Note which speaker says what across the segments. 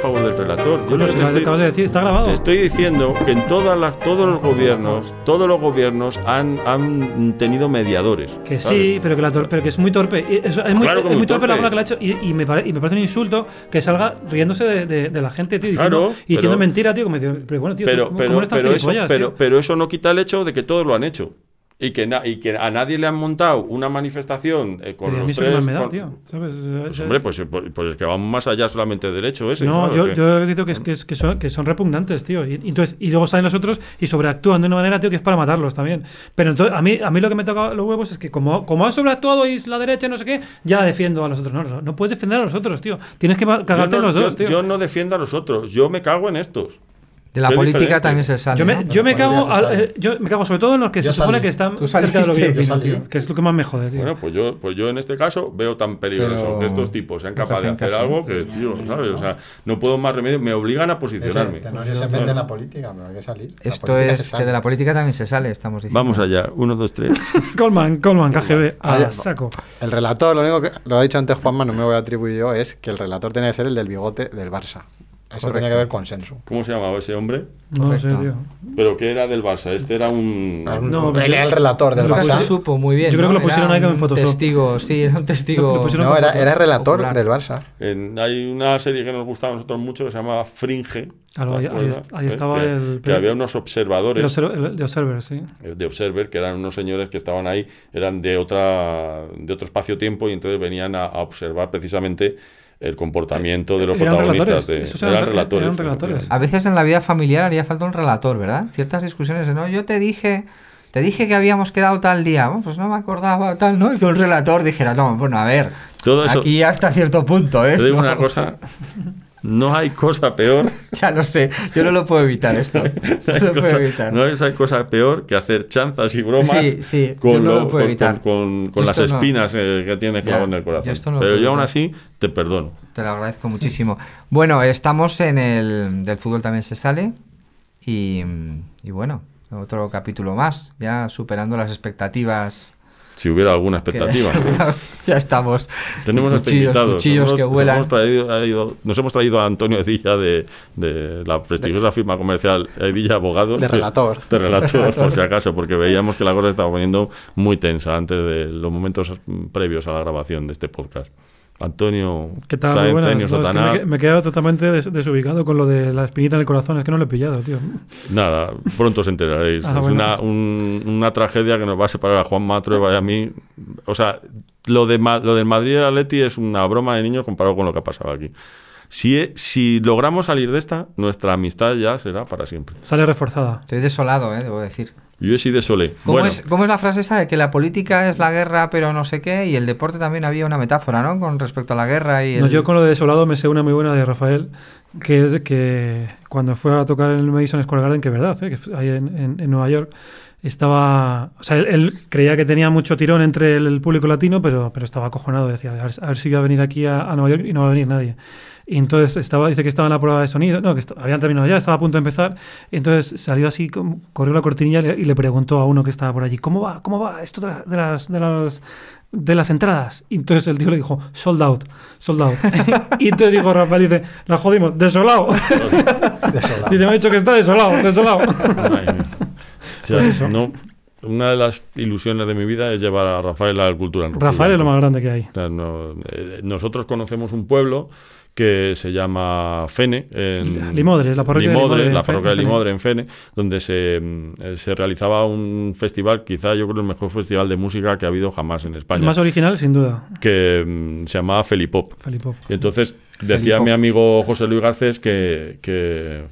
Speaker 1: favor del relator. Yo
Speaker 2: Bueno,
Speaker 1: no
Speaker 2: si
Speaker 1: te
Speaker 2: lo
Speaker 1: estoy-
Speaker 2: acabas de decir, está grabado.
Speaker 1: Te estoy diciendo que en todas las, todos los gobiernos, todos los gobiernos han, han tenido mediadores.
Speaker 2: Que
Speaker 1: ¿sabes?
Speaker 2: sí, pero que, la tor- pero que es muy torpe. Y eso- es muy,
Speaker 1: Claro que
Speaker 2: es
Speaker 1: muy
Speaker 2: muy torpe la
Speaker 1: torpe.
Speaker 2: obra que la ha hecho. Y, y me pare- y me parece un insulto que salga riéndose de, de- de la gente, tío. Diciendo,
Speaker 1: Claro,
Speaker 2: y diciendo
Speaker 1: pero-
Speaker 2: mentira, tío. como diciendo, pero bueno, tío, tú,
Speaker 1: pero,
Speaker 2: ¿cómo-
Speaker 1: pero,
Speaker 2: cómo eres tan
Speaker 1: pero, eso,
Speaker 2: gilipollas,
Speaker 1: pero,
Speaker 2: tío?
Speaker 1: pero eso no quita el hecho de que todos lo han hecho. Y que, na- y que a nadie le han montado una manifestación eh, con
Speaker 2: Pero a mí
Speaker 1: los
Speaker 2: eso que
Speaker 1: tres.
Speaker 2: más me da,
Speaker 1: con-
Speaker 2: tío. ¿sabes?
Speaker 1: Pues, hombre, pues, pues- pues es que vamos más allá solamente de derecho ese.
Speaker 2: No,
Speaker 1: ¿sabes?
Speaker 2: yo,
Speaker 1: Que-
Speaker 2: yo digo que, es- que, es- que son, que son repugnantes, tío. Y, y entonces, y luego salen los otros y sobreactúan de una manera, tío, que es para matarlos también. Pero entonces, a mí, a mí lo que me toca los huevos es que como, como han sobreactuado y es la derecha y no sé qué, ya defiendo a los otros. No, no, no puedes defender a los otros, tío. Tienes que ma-
Speaker 1: yo
Speaker 2: cagarte en
Speaker 1: no-
Speaker 2: los
Speaker 1: yo-
Speaker 2: dos, tío.
Speaker 1: yo no defiendo a los otros, yo me cago en estos.
Speaker 3: De la
Speaker 1: Qué
Speaker 3: política
Speaker 1: diferente.
Speaker 3: también se sale.
Speaker 2: Yo me,
Speaker 3: ¿no?
Speaker 2: yo me
Speaker 4: Pero bueno,
Speaker 2: cago
Speaker 4: ya se
Speaker 2: al-
Speaker 4: sabe.
Speaker 2: eh, yo me cago sobre todo en los que
Speaker 4: Yo
Speaker 2: se supone
Speaker 4: salí.
Speaker 2: que están
Speaker 3: Tú
Speaker 2: cerca de lo que
Speaker 3: saliste,
Speaker 2: yo
Speaker 4: yo
Speaker 2: opino,
Speaker 4: salí.
Speaker 2: tío, que es lo que más me jode, tío.
Speaker 1: Bueno, pues yo, pues yo en este caso veo tan peligroso
Speaker 3: Pero
Speaker 1: que estos tipos sean
Speaker 3: no te
Speaker 1: capaces de
Speaker 3: hacen
Speaker 1: hacer
Speaker 3: caso.
Speaker 1: algo que, tío, ¿sabes? O sea, no puedo más remedio, me obligan a posicionarme.
Speaker 4: Tenorio se mete en la política, me hay que salir. La
Speaker 3: Esto
Speaker 4: política se
Speaker 3: es
Speaker 4: sale.
Speaker 3: que de la política también se sale, estamos diciendo.
Speaker 1: Vamos allá, uno, dos, tres.
Speaker 2: Coleman, Coleman,
Speaker 1: pues
Speaker 2: KGB,
Speaker 4: Ahí-
Speaker 2: a saco.
Speaker 4: El relator, lo único que lo ha dicho antes Juanma, no me voy a atribuir yo, es que el relator tenía que ser el del bigote del Barça. Eso tenía que haber consenso.
Speaker 1: ¿Cómo se llamaba ese hombre?
Speaker 2: No sé,
Speaker 3: Correcto.
Speaker 2: tío.
Speaker 1: ¿Pero qué era del Barça? Este era un...
Speaker 2: No,
Speaker 4: él
Speaker 2: pero-
Speaker 4: era el relator del
Speaker 2: Lo
Speaker 3: Nunca
Speaker 2: que
Speaker 4: Barça.
Speaker 3: se supo muy bien.
Speaker 2: Yo creo
Speaker 3: ¿no?
Speaker 2: que lo pusieron
Speaker 3: Era
Speaker 2: ahí como en
Speaker 3: un
Speaker 2: Photoshop.
Speaker 3: Testigo, sí, era un testigo.
Speaker 2: Lo pusieron-
Speaker 4: No, era, era relator
Speaker 3: Popular.
Speaker 4: del Barça.
Speaker 1: en- hay una serie que nos gustaba a nosotros mucho que se llamaba Fringe.
Speaker 2: Claro,
Speaker 1: ¿te
Speaker 2: ahí- ahí
Speaker 1: acuerdas?
Speaker 2: est- ahí
Speaker 1: ¿Eh?
Speaker 2: estaba
Speaker 1: que,
Speaker 2: el-
Speaker 1: Que había unos observadores.
Speaker 2: El obser- el- el observer, sí.
Speaker 1: eh, de Observer, que eran unos señores que estaban ahí, eran de otra de otro espacio-tiempo y entonces venían a, a observar precisamente el comportamiento
Speaker 3: Eh,
Speaker 1: de los
Speaker 2: Eran
Speaker 1: protagonistas.
Speaker 2: relatores,
Speaker 1: de-
Speaker 2: esos eran re- eran relatores.
Speaker 3: A veces en la vida familiar haría falta un relator, ¿verdad? Ciertas discusiones, de, ¿no? Yo te dije, te dije que habíamos quedado tal día, Bueno, pues no me acordaba tal, ¿no? Y que un relator dijera, no, bueno, a ver,
Speaker 1: Todo eso-
Speaker 3: aquí hasta cierto punto, ¿eh?
Speaker 1: Te digo una
Speaker 3: No,
Speaker 1: cosa, no hay cosa peor.
Speaker 3: Ya lo sé, yo no lo puedo evitar esto.
Speaker 1: No
Speaker 3: No
Speaker 1: hay,
Speaker 3: lo puedo
Speaker 1: cosa,
Speaker 3: evitar.
Speaker 1: no hay cosa peor que hacer chanzas y bromas
Speaker 3: Sí, sí, yo
Speaker 1: con,
Speaker 3: no lo
Speaker 1: lo- con-
Speaker 3: puedo evitar.
Speaker 1: con- con
Speaker 3: Yo
Speaker 1: las
Speaker 3: esto no.
Speaker 1: espinas eh, que tienes
Speaker 3: Ya,
Speaker 1: clavado en el
Speaker 3: yo
Speaker 1: corazón.
Speaker 3: esto no lo
Speaker 1: Pero
Speaker 3: puedo
Speaker 1: yo aún
Speaker 3: evitar.
Speaker 1: así te perdono.
Speaker 3: Te lo agradezco muchísimo. Bueno, estamos en el del fútbol también se sale y, y bueno, otro capítulo más, ya superando las expectativas.
Speaker 1: Si hubiera alguna
Speaker 3: que-
Speaker 1: expectativa.
Speaker 3: ya estamos.
Speaker 1: Tenemos hasta
Speaker 3: cuchillos,
Speaker 1: invitados.
Speaker 3: cuchillos
Speaker 1: Nos-
Speaker 3: que
Speaker 1: nos
Speaker 3: vuelan.
Speaker 1: hemos traído- ha ido- nos hemos traído a Antonio Edilla de, de la prestigiosa firma comercial Edilla Abogados.
Speaker 4: De relator.
Speaker 1: De relator, por si acaso, porque veíamos que la cosa se estaba poniendo muy tensa antes de los momentos mm, previos a la grabación de este podcast. Antonio
Speaker 2: ¿Qué tal? Muy
Speaker 1: Sáenz,
Speaker 2: buenas.
Speaker 1: Cenio
Speaker 2: No, es que me,
Speaker 1: Satanás.
Speaker 2: he- me he quedado totalmente des- desubicado con lo de la espinita en el corazón. Es que no lo he pillado, tío.
Speaker 1: Nada, pronto os enteraréis.
Speaker 2: Ah,
Speaker 1: es
Speaker 2: bueno.
Speaker 1: una, un- una tragedia que nos va a separar a Juan Matrueva y a mí. O sea, lo, de, Ma- lo del Madrid y el Atleti es una broma de niños comparado con lo que ha pasado aquí. Si, e- si logramos salir de esta, nuestra amistad ya será para siempre.
Speaker 2: Sale reforzada.
Speaker 3: Estoy desolado, eh, debo decir.
Speaker 1: Yo he sido de Solé.
Speaker 3: ¿Cómo,
Speaker 1: Bueno,
Speaker 3: es, ¿Cómo es la frase esa de que la política es la guerra, pero no sé qué? Y el deporte también había una metáfora, ¿no? Con respecto a la guerra y el...
Speaker 2: No, yo con lo de desolado me sé una muy buena de Rafael, que es que cuando fue a tocar en el Madison Square Garden, que es verdad, ¿eh? que fue ahí en, en- en Nueva York, estaba. O sea, él, él creía que tenía mucho tirón entre el, el público latino, pero, pero estaba acojonado. Decía, a ver, a ver si iba a venir aquí a, a Nueva York y no va a venir nadie. Y entonces estaba, dice que estaba en la prueba de sonido, no, que est- habían terminado ya, estaba a punto de empezar. Entonces salió así, com- corrió la cortinilla y le, y le preguntó a uno que estaba por allí, ¿cómo va? ¿Cómo va esto de, la- de las, de, las, de las entradas? Y entonces el tío le dijo, sold out, sold out. y entonces dijo Rafael, dice, la jodimos, desolado.
Speaker 4: Desolado.
Speaker 2: dice, me ha dicho que está desolado, desolado.
Speaker 1: madre mía. O sea, no- una de las ilusiones de mi vida es llevar a Rafael a la cultura en
Speaker 2: Rafael es lo más grande que hay.
Speaker 1: O sea, no- eh, nosotros conocemos un pueblo que se llama Fene. En
Speaker 2: Limodres, la parroquia de
Speaker 1: Limodres,
Speaker 2: Limodres en
Speaker 1: la
Speaker 2: Fe-
Speaker 1: parroquia de
Speaker 2: en Fene.
Speaker 1: Limodres en Fene, donde se, mm, eh, se realizaba un festival, quizá yo creo el mejor festival de música que ha habido jamás en
Speaker 2: El
Speaker 1: España,
Speaker 2: más original, sin duda,
Speaker 1: que mm, se llamaba Felipop.
Speaker 2: Felipe.
Speaker 1: Y entonces decía
Speaker 3: Felipop.
Speaker 1: mi amigo José Luis Garcés que, que-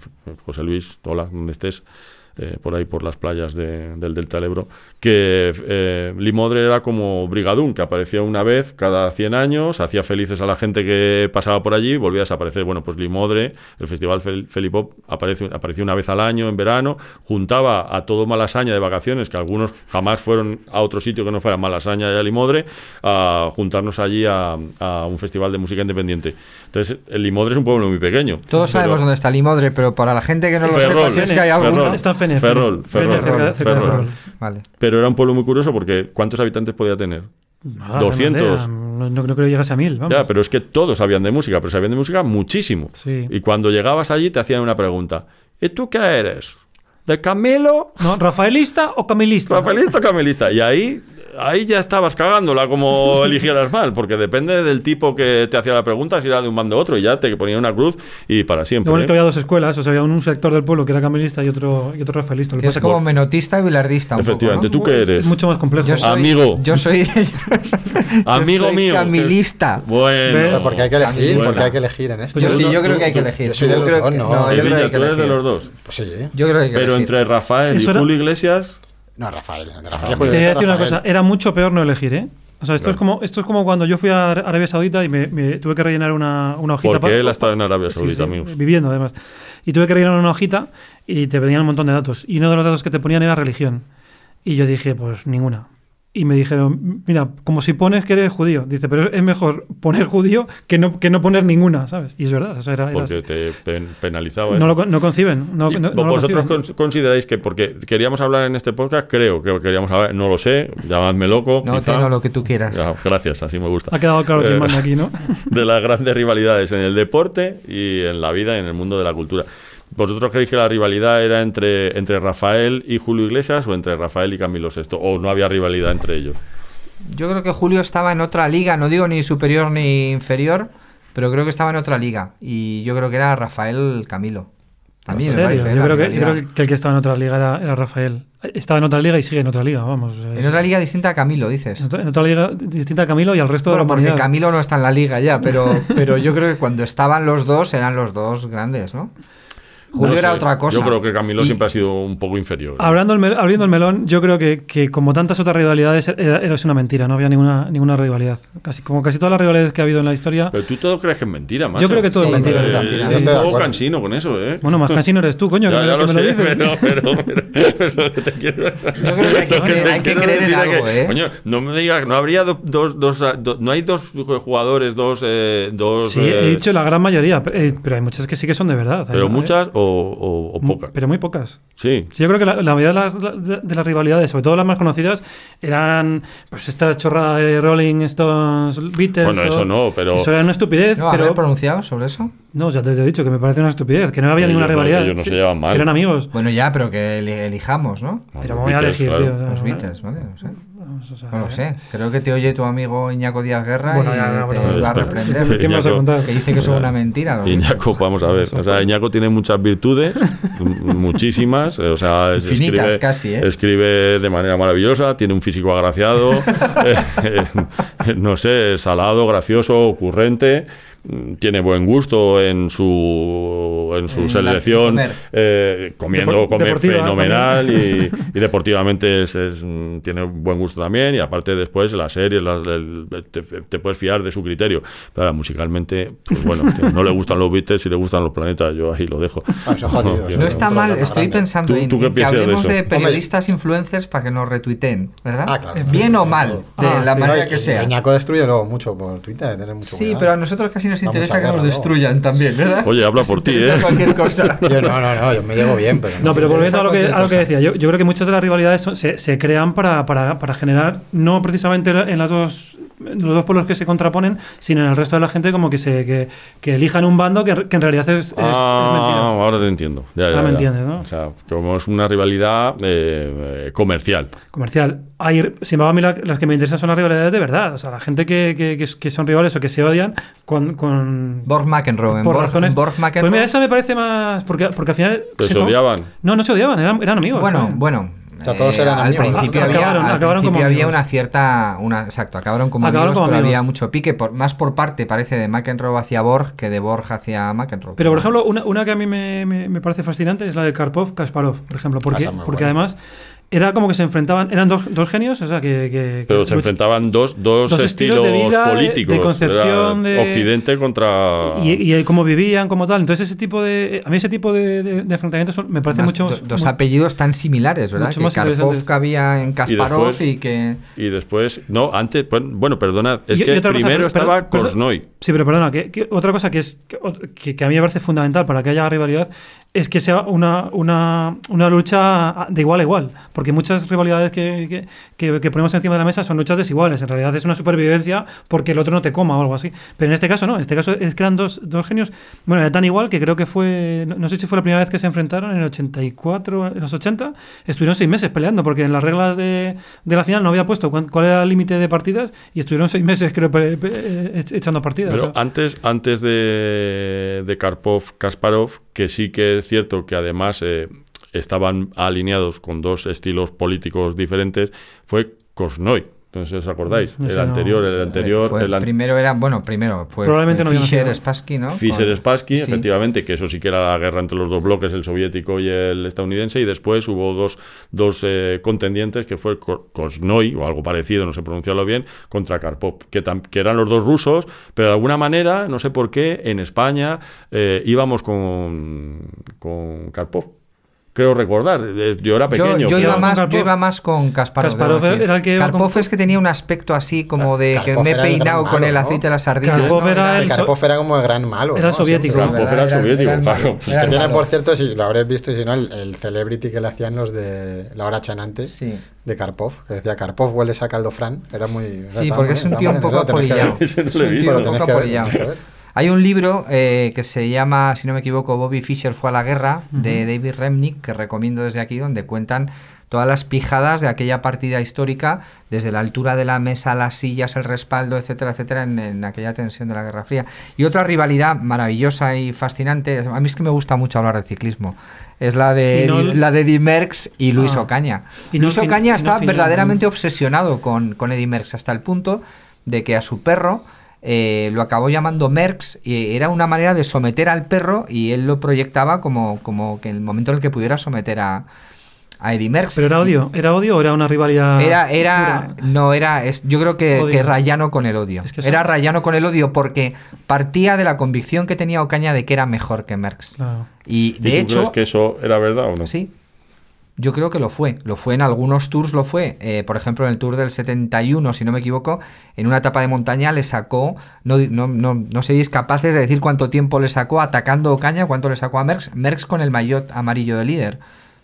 Speaker 1: José Luis, hola, donde estés, eh, por ahí por las playas de- del Delta del Ebro, que eh, Limodre era como Brigadún, que aparecía una vez cada 100 años, hacía felices a la gente que pasaba por allí, y volvía a desaparecer. Bueno, pues Limodre, el Festival Fel- Felipop, aparece, aparecía una vez al año, en verano, juntaba a todo Malasaña de vacaciones, que algunos jamás fueron a otro sitio que no fuera Malasaña y a Limodre, a juntarnos allí a, a un festival de música independiente. Entonces, el Limodre es un pueblo muy pequeño.
Speaker 3: Todos
Speaker 1: pero-
Speaker 3: sabemos dónde está Limodre, pero para la gente que no lo sepa,
Speaker 1: Ferrol,
Speaker 3: si es que hay
Speaker 1: Ferrol.
Speaker 3: alguno...
Speaker 2: Está en Fene,
Speaker 1: Ferrol,
Speaker 2: Fene.
Speaker 1: Ferrol,
Speaker 2: Fene, cerca- cerca de
Speaker 1: Ferrol.
Speaker 2: Ferrol.
Speaker 3: Vale.
Speaker 1: Pero era un pueblo muy curioso porque ¿cuántos habitantes podía tener?
Speaker 2: Nada,
Speaker 1: 200.
Speaker 2: no, no, no creo que llegase a 1000. vamos.
Speaker 1: Ya, pero es que todos sabían de música, pero sabían de música muchísimo.
Speaker 2: Sí.
Speaker 1: Y cuando llegabas allí te hacían una pregunta. ¿Y tú qué eres? ¿De Pues Camelo?
Speaker 2: No, ¿Rafaelista o Camilista?
Speaker 1: ¿Rafaelista o Camelista? Y ahí, ahí ya estabas cagándola como eligieras mal, porque depende del tipo que te hacía la pregunta, si era de un bando a otro, y ya te ponía una cruz y para
Speaker 2: Lo
Speaker 1: siempre.
Speaker 2: bueno es que
Speaker 1: ¿eh?
Speaker 2: había dos escuelas, o sea, había un sector del pueblo que era camilista y otro, y otro rafaelista. Lo que
Speaker 3: Que es
Speaker 2: pasa es que
Speaker 3: como menotista y bilardista. un poco,
Speaker 1: Efectivamente,
Speaker 3: ¿no?
Speaker 1: ¿tú qué
Speaker 2: es
Speaker 1: eres?
Speaker 2: mucho más complejo. Ah,
Speaker 3: Yo soy,
Speaker 1: Amigo.
Speaker 3: Yo soy. yo
Speaker 1: Amigo
Speaker 3: soy
Speaker 1: mío. Pues
Speaker 3: Camilista.
Speaker 1: Bueno.
Speaker 2: ¿Ves?
Speaker 4: Pero porque hay que elegir,
Speaker 1: Bueno.
Speaker 4: porque hay que elegir en esto.
Speaker 2: Pues
Speaker 3: Yo
Speaker 2: Tú
Speaker 3: sí,
Speaker 2: no-
Speaker 3: yo creo
Speaker 2: tú-
Speaker 3: que hay que
Speaker 1: tú-
Speaker 3: elegir.
Speaker 4: yo soy del
Speaker 3: creo
Speaker 4: dos,
Speaker 3: que-
Speaker 4: no.
Speaker 3: no, yo creo que
Speaker 1: Evilla,
Speaker 3: hay que
Speaker 1: tú eres de
Speaker 3: elegir.
Speaker 1: los dos.
Speaker 4: Pues sí.
Speaker 3: Yo creo que hay que
Speaker 1: Pero
Speaker 3: elegir.
Speaker 1: entre Rafael y
Speaker 2: Eso era-
Speaker 1: Julio Iglesias,
Speaker 4: No, Rafael. de Rafael
Speaker 2: Te
Speaker 4: Julio
Speaker 2: voy a
Speaker 4: Iglesias,
Speaker 2: decir una cosa,
Speaker 4: Rafael.
Speaker 2: era mucho peor no elegir, ¿eh? O sea, esto,
Speaker 1: Pues Claro.
Speaker 2: es como, esto es como cuando yo fui a Ar- Arabia Saudita y me, me tuve que rellenar una, una hojita. pa-
Speaker 1: porque él ha estado en Arabia
Speaker 2: Sí,
Speaker 1: Saudita,
Speaker 2: sí,
Speaker 1: amigos.
Speaker 2: viviendo además. Y tuve que rellenar una hojita y te pedían un montón de datos. Y uno de los datos que te ponían era religión. Y yo dije, pues ninguna. Y me dijeron, mira, como si pones que eres judío. Dice, pero es mejor poner judío que no, que no poner ninguna, ¿sabes? Y es verdad, o sea, era- era
Speaker 1: Porque te pen- penalizaba.
Speaker 2: no
Speaker 1: eso.
Speaker 2: lo con- no conciben. No,
Speaker 1: Y
Speaker 2: no- no lo
Speaker 1: vosotros
Speaker 2: conciben.
Speaker 1: cons- consideráis que porque queríamos hablar en este podcast, creo que queríamos hablar, no lo sé, llamadme loco.
Speaker 3: No,
Speaker 1: quizá.
Speaker 3: Teno, lo que tú quieras.
Speaker 1: Ah, gracias, así me gusta.
Speaker 2: Ha quedado claro
Speaker 1: Eh,
Speaker 2: quién manda aquí, ¿no?
Speaker 1: de las grandes rivalidades en el deporte y en la vida y en el mundo de la cultura. ¿Vosotros creéis que la rivalidad era entre, entre Rafael y Julio Iglesias o entre Rafael y Camilo VI? ¿O no había rivalidad entre ellos?
Speaker 3: Yo creo que Julio estaba en otra liga, no digo ni superior ni inferior, pero creo que estaba en otra liga. Y yo creo que era Rafael Camilo. A mí
Speaker 2: ¿En
Speaker 3: me
Speaker 2: serio?
Speaker 3: parece. ¿eh?
Speaker 2: yo,
Speaker 3: la
Speaker 2: creo que, yo
Speaker 3: rivalidad.
Speaker 2: creo que el que estaba en otra liga era, era Rafael. Estaba en otra liga y sigue en otra liga, vamos. o sea, es-
Speaker 3: En otra liga distinta a Camilo,
Speaker 2: en
Speaker 3: dices.
Speaker 2: otra- en otra liga distinta a Camilo y al resto de
Speaker 3: Bueno,
Speaker 2: la
Speaker 3: porque
Speaker 2: humanidad.
Speaker 3: Camilo no está en la liga ya, pero, pero yo creo que cuando estaban los dos eran los dos grandes, ¿no? Julio
Speaker 1: No
Speaker 3: era
Speaker 1: sé.
Speaker 3: otra cosa.
Speaker 1: Yo creo que Camilo
Speaker 3: Y-
Speaker 1: siempre ha sido un poco inferior.
Speaker 2: Hablando el mel- abriendo el melón, yo creo que, que como tantas otras rivalidades, era, era- es una mentira, no había ninguna, ninguna rivalidad. Casi, como casi todas las rivalidades que ha habido en la historia.
Speaker 1: Pero tú todo crees que es mentira, macho.
Speaker 2: Yo creo que todo
Speaker 3: Sí,
Speaker 2: es mentira.
Speaker 3: pero-
Speaker 1: Eh, sí,
Speaker 3: mentira. Yo
Speaker 1: un
Speaker 4: estoy de
Speaker 1: poco
Speaker 4: acuerdo.
Speaker 1: cansino con eso, ¿eh?
Speaker 2: Bueno, más casi no eres tú, coño,
Speaker 1: Ya,
Speaker 2: que,
Speaker 1: ya
Speaker 2: me,
Speaker 1: lo
Speaker 2: que me
Speaker 1: sé,
Speaker 2: lo dices.
Speaker 1: pero, pero, pero- pero lo que te quiero
Speaker 3: Yo creo que hay que
Speaker 1: lo
Speaker 3: creer-
Speaker 1: te
Speaker 3: hay que
Speaker 1: quiero
Speaker 3: creer en
Speaker 1: decir es
Speaker 3: algo, ¿eh?
Speaker 1: Coño, no me digas, no habría do- dos, dos, do- no hay dos jugadores, dos, eh, dos.
Speaker 2: Sí,
Speaker 1: eh,
Speaker 2: he dicho la gran mayoría, pe- eh, pero hay muchas que sí que son de verdad. Hay-
Speaker 1: pero
Speaker 2: hay-
Speaker 1: muchas o, o- o
Speaker 2: mu-
Speaker 1: pocas.
Speaker 2: Pero muy pocas.
Speaker 1: Sí.
Speaker 2: Sí, yo creo que la, la mayoría de las, de- de las rivalidades, sobre todo las más conocidas, eran pues esta chorrada de Rolling Stones, Beatles.
Speaker 1: Bueno,
Speaker 2: o-
Speaker 1: eso no, pero-
Speaker 2: Eso era una estupidez,
Speaker 3: No,
Speaker 2: pero.
Speaker 3: ¿haber pronunciado sobre eso?
Speaker 2: No, ya te, he dicho que me parece una estupidez, que no había
Speaker 1: Ellos
Speaker 2: ninguna
Speaker 1: no-
Speaker 2: rivalidad.
Speaker 1: ellos no se
Speaker 2: Si-
Speaker 1: llevan
Speaker 2: si
Speaker 1: mal.
Speaker 2: eran amigos.
Speaker 3: Bueno, ya, pero que eli- elijamos, ¿no?
Speaker 2: Pero
Speaker 1: los
Speaker 2: me voy a
Speaker 1: Beatles,
Speaker 2: elegir,
Speaker 1: claro.
Speaker 2: tío. o sea,
Speaker 3: Los
Speaker 2: ¿no?
Speaker 3: Beatles, ¿vale? No sé.
Speaker 2: Vamos, o sea,
Speaker 3: No lo sé, creo que te oye tu amigo Iñaco Díaz Guerra
Speaker 2: Ah, eh. Bueno,
Speaker 3: y
Speaker 2: ya, ya,
Speaker 3: te
Speaker 2: bueno.
Speaker 3: va a
Speaker 1: Espera.
Speaker 3: reprender.
Speaker 2: ¿Qué me vas a
Speaker 1: Iñaco-
Speaker 2: contar?
Speaker 3: Que dice que son una mentira. los
Speaker 1: Iñaco, vamos a ver. O sea, Iñaco tiene muchas virtudes, m- muchísimas. eh, O sea, es-
Speaker 3: Infinitas casi, ¿eh?
Speaker 1: escribe de manera maravillosa, tiene un físico agraciado, eh, eh, no sé, salado, gracioso, ocurrente. mm, Tiene buen gusto en su, en su
Speaker 3: En la-
Speaker 1: selección,
Speaker 3: comer.
Speaker 1: eh, comiendo,
Speaker 2: Depor-
Speaker 1: come
Speaker 2: deportiva
Speaker 1: fenomenal y, y deportivamente es, es, mm, tiene buen gusto también. Y aparte, después las series las- el- te, te puedes fiar de su criterio. Pero ahora, musicalmente, pues bueno, no le gustan los Beatles y le gustan los planetas. Yo ahí lo dejo.
Speaker 4: Ah, eso es jodido,
Speaker 1: No,
Speaker 4: eso
Speaker 1: tío,
Speaker 3: No está
Speaker 4: Un
Speaker 3: mal,
Speaker 4: programa
Speaker 3: estoy
Speaker 4: grande.
Speaker 3: pensando
Speaker 1: ¿Tú-
Speaker 3: en,
Speaker 1: tú qué
Speaker 3: en que
Speaker 1: piensas de
Speaker 3: hablemos
Speaker 1: eso?
Speaker 3: de,
Speaker 1: Hombre.
Speaker 3: periodistas influencers para que nos retuiteen, ¿verdad?
Speaker 4: Ah, claro.
Speaker 3: Bien o mal, de
Speaker 2: Ah,
Speaker 3: la
Speaker 2: sí.
Speaker 3: manera
Speaker 4: No,
Speaker 3: que
Speaker 4: y-
Speaker 3: sea.
Speaker 4: y Añaco destruye luego mucho por Twitter, hay que tener mucho
Speaker 3: Sí,
Speaker 4: cuidado.
Speaker 3: pero a nosotros casi nos
Speaker 4: Da mucha
Speaker 3: interesa que
Speaker 4: guerra,
Speaker 3: nos
Speaker 4: ¿no?
Speaker 3: destruyan también, ¿verdad?
Speaker 1: Oye, habla
Speaker 3: Nos
Speaker 1: por ti,
Speaker 3: interesa
Speaker 1: ¿eh?
Speaker 3: Cualquier cosa.
Speaker 4: Yo no, no, no, yo me llevo bien, pero...
Speaker 2: No, pero
Speaker 4: Sí,
Speaker 2: volviendo a lo que,
Speaker 3: cualquier
Speaker 2: a lo que
Speaker 3: cosa.
Speaker 2: decía, yo, yo creo que muchas de las rivalidades son- se, se crean para, para- para generar, no precisamente en las dos en los dos pueblos que se contraponen, sino en el resto de la gente como que se que, que elijan un bando que, en- que en realidad es, es- es
Speaker 1: Ah,
Speaker 2: mentira.
Speaker 1: ahora te entiendo. Ya,
Speaker 2: Ahora
Speaker 1: ya,
Speaker 2: me
Speaker 1: ya.
Speaker 2: entiendes, ¿no?
Speaker 1: O sea, como es una rivalidad eh, eh, comercial.
Speaker 2: Comercial. Hay, sin embargo, a mí la- las que me interesan son las rivalidades de verdad. O sea, la gente que, que- que- que son rivales o que se odian con... con-
Speaker 3: Borg McEnroe. en
Speaker 2: por
Speaker 3: Borg-
Speaker 2: razones...
Speaker 3: Borg
Speaker 2: Pues mira,
Speaker 3: McEnroe.
Speaker 2: esa me parece más... Porque, porque al final...
Speaker 1: Que Pues se
Speaker 2: to-
Speaker 1: odiaban.
Speaker 2: No, no se odiaban, eran, eran amigos.
Speaker 3: Bueno,
Speaker 2: ¿eh?
Speaker 3: bueno. eh,
Speaker 4: O sea, todos eran
Speaker 3: al
Speaker 4: amigos.
Speaker 3: principio había,
Speaker 2: Acabaron-
Speaker 3: al
Speaker 2: acabaron como
Speaker 3: principio había
Speaker 2: amigos.
Speaker 3: una cierta. Una, exacto, acabaron como
Speaker 2: Acabaron
Speaker 3: amigos,
Speaker 2: como
Speaker 3: pero
Speaker 2: amigos.
Speaker 3: había mucho pique, por- más por parte, parece, de McEnroe hacia Borg que de Borg hacia McEnroe.
Speaker 2: Pero, por ejemplo, una, una que a mí me, me- me parece fascinante es la de Karpov-Kasparov, por ejemplo, porque,
Speaker 4: esa es muy
Speaker 2: porque
Speaker 4: buena.
Speaker 2: además era como que se enfrentaban, eran dos, dos genios, o sea, que... que-
Speaker 1: Pero
Speaker 2: que
Speaker 1: se
Speaker 2: luch-
Speaker 1: enfrentaban dos, dos,
Speaker 2: Dos
Speaker 1: estilos
Speaker 2: estilos de vida, de- de
Speaker 1: políticos.
Speaker 2: concepción,
Speaker 1: Era
Speaker 2: de-
Speaker 1: Occidente contra.
Speaker 2: Y, y el cómo vivían, como tal. Entonces, ese tipo de... A mí ese tipo de, de- de enfrentamientos son- me parece
Speaker 3: Además,
Speaker 2: mucho...
Speaker 3: do- dos
Speaker 2: muy-
Speaker 3: apellidos tan similares, ¿verdad?
Speaker 2: mucho
Speaker 3: Que
Speaker 2: más
Speaker 3: Karpov
Speaker 2: interesantes.
Speaker 3: que había en Kasparov y,
Speaker 1: después-
Speaker 3: que. eh,
Speaker 1: Y después, no, antes, pon- bueno, perdona, es
Speaker 2: Y- y
Speaker 1: que
Speaker 2: otra cosa,
Speaker 1: primero
Speaker 2: per-
Speaker 1: estaba
Speaker 2: per- per-
Speaker 1: Korsnoy.
Speaker 2: Sí, pero perdona, que, que otra cosa que, es, que, que a mí me parece fundamental para que haya rivalidad es que sea una, una, una lucha de igual a igual, porque muchas rivalidades que, que- que- que ponemos encima de la mesa son luchas desiguales, en realidad es una supervivencia porque el otro no te coma o algo así, pero en este caso no, en este caso es que eran dos, dos genios, bueno, era tan igual que creo que fue, no, no sé si fue la primera vez que se enfrentaron en el 84, en los 80, estuvieron seis meses peleando, porque en las reglas de, de la final no había puesto cuán- cuál era el límite de partidas y estuvieron seis meses creo pe- pe- ech- echando partidas.
Speaker 1: Pero ah,
Speaker 2: o sea,
Speaker 1: antes, antes de, de Karpov, Kasparov, que sí que es cierto que además eh, estaban alineados con dos estilos políticos diferentes, fue Kosnoy. Entonces, ¿os acordáis?
Speaker 2: No sé,
Speaker 1: el
Speaker 2: no. Eh,
Speaker 1: anterior, el anterior,
Speaker 3: Fue-
Speaker 1: el an-
Speaker 3: primero era, bueno, primero fue
Speaker 2: Probablemente
Speaker 3: eh,
Speaker 2: no había
Speaker 3: Fischer,
Speaker 2: nacido.
Speaker 3: Spassky, ¿no?
Speaker 1: Fischer
Speaker 3: Con-
Speaker 1: Spassky,
Speaker 3: sí.
Speaker 1: efectivamente, que eso sí que era la guerra entre los dos bloques, el soviético y el estadounidense, y después hubo dos, dos eh, contendientes que fue Ko- Korsnoy, o algo parecido, no sé pronunciarlo bien, contra Karpov, que, tam- que eran los dos rusos, pero de alguna manera, no sé por qué, en España eh, íbamos con, con Karpov. Creo recordar, eh, yo era
Speaker 3: Yo,
Speaker 1: pequeño.
Speaker 3: yo
Speaker 1: pero-
Speaker 3: iba
Speaker 2: con
Speaker 3: más, yo
Speaker 2: Karpov.
Speaker 3: iba más con Kasparov. debo
Speaker 2: Kasparov
Speaker 3: decir.
Speaker 2: era el que iba
Speaker 3: Karpov
Speaker 2: con-
Speaker 3: es que tenía un aspecto así como de que
Speaker 4: Karpov
Speaker 3: me he
Speaker 4: era el gran
Speaker 3: peinado con
Speaker 4: malo,
Speaker 3: el
Speaker 4: ¿no?
Speaker 3: aceite de las sardinas.
Speaker 2: Karpov
Speaker 3: ¿no?
Speaker 2: era el
Speaker 4: El
Speaker 2: so-
Speaker 4: Karpov era como el gran malo.
Speaker 2: era
Speaker 4: ¿no?
Speaker 2: soviético.
Speaker 4: Siempre.
Speaker 1: Karpov era el soviético,
Speaker 3: el
Speaker 1: claro. pues
Speaker 3: malo,
Speaker 1: Es
Speaker 4: Que
Speaker 3: era el
Speaker 4: tiene,
Speaker 3: malo.
Speaker 4: por cierto, si lo habréis visto, y si no, el, el celebrity que le hacían los de la hora chanante
Speaker 3: Sí.
Speaker 4: de Karpov, que decía Karpov huele a caldo Fran. Era muy.
Speaker 3: Sí, porque es un tío un poco apolillado.
Speaker 4: apoyado
Speaker 1: Ese no
Speaker 3: Es
Speaker 1: lo he
Speaker 3: un
Speaker 1: visto.
Speaker 3: tío un
Speaker 1: Lo
Speaker 3: poco
Speaker 4: tenés que ver,
Speaker 3: apolillado.
Speaker 4: tenés que ver.
Speaker 3: Hay un libro eh, que se llama, si no me equivoco, Bobby Fischer fue a la guerra, de David Remnick, que recomiendo desde aquí, donde cuentan todas las pijadas de aquella partida histórica, desde la altura de la mesa, las sillas, el respaldo, etcétera, etcétera, en, en aquella tensión de la Guerra Fría. Y otra rivalidad maravillosa y fascinante, a mí es que me gusta mucho hablar de ciclismo, es la de,
Speaker 2: Y no el-
Speaker 3: la de Eddie Merckx y Luis
Speaker 2: Ah.
Speaker 3: Ocaña.
Speaker 2: Y no
Speaker 3: Luis
Speaker 2: el fin-
Speaker 3: Ocaña
Speaker 2: no
Speaker 3: está
Speaker 2: el final,
Speaker 3: verdaderamente
Speaker 2: ¿no?
Speaker 3: obsesionado con, con Eddie Merckx hasta el punto de que a su perro eh, lo acabó llamando Merckx y era una manera de someter al perro y él lo proyectaba como, como que en el momento en el que pudiera someter a, a Eddie Merckx.
Speaker 2: Pero era
Speaker 3: Y-
Speaker 2: odio, era odio o era una rivalidad.
Speaker 3: era, era,
Speaker 2: pura?
Speaker 3: no, era, es, yo creo que,
Speaker 2: Odio.
Speaker 3: que Rayano con el odio.
Speaker 2: Es que
Speaker 3: era
Speaker 2: somos-
Speaker 3: Rayano con el odio porque partía de la convicción que tenía Ocaña de que era mejor que Merckx.
Speaker 2: Claro.
Speaker 3: Y
Speaker 1: ¿Y
Speaker 3: de
Speaker 1: tú
Speaker 3: hecho,
Speaker 1: crees que eso era verdad o no?
Speaker 3: Sí. Yo creo que lo fue. Lo fue en algunos tours, lo fue. Eh, por ejemplo, en el tour del 71, si no me equivoco, en una etapa de montaña le sacó, no, di- no, no, no seríais capaces de decir cuánto tiempo le sacó atacando Ocaña, cuánto le sacó a Merckx. Merckx con el maillot amarillo de líder.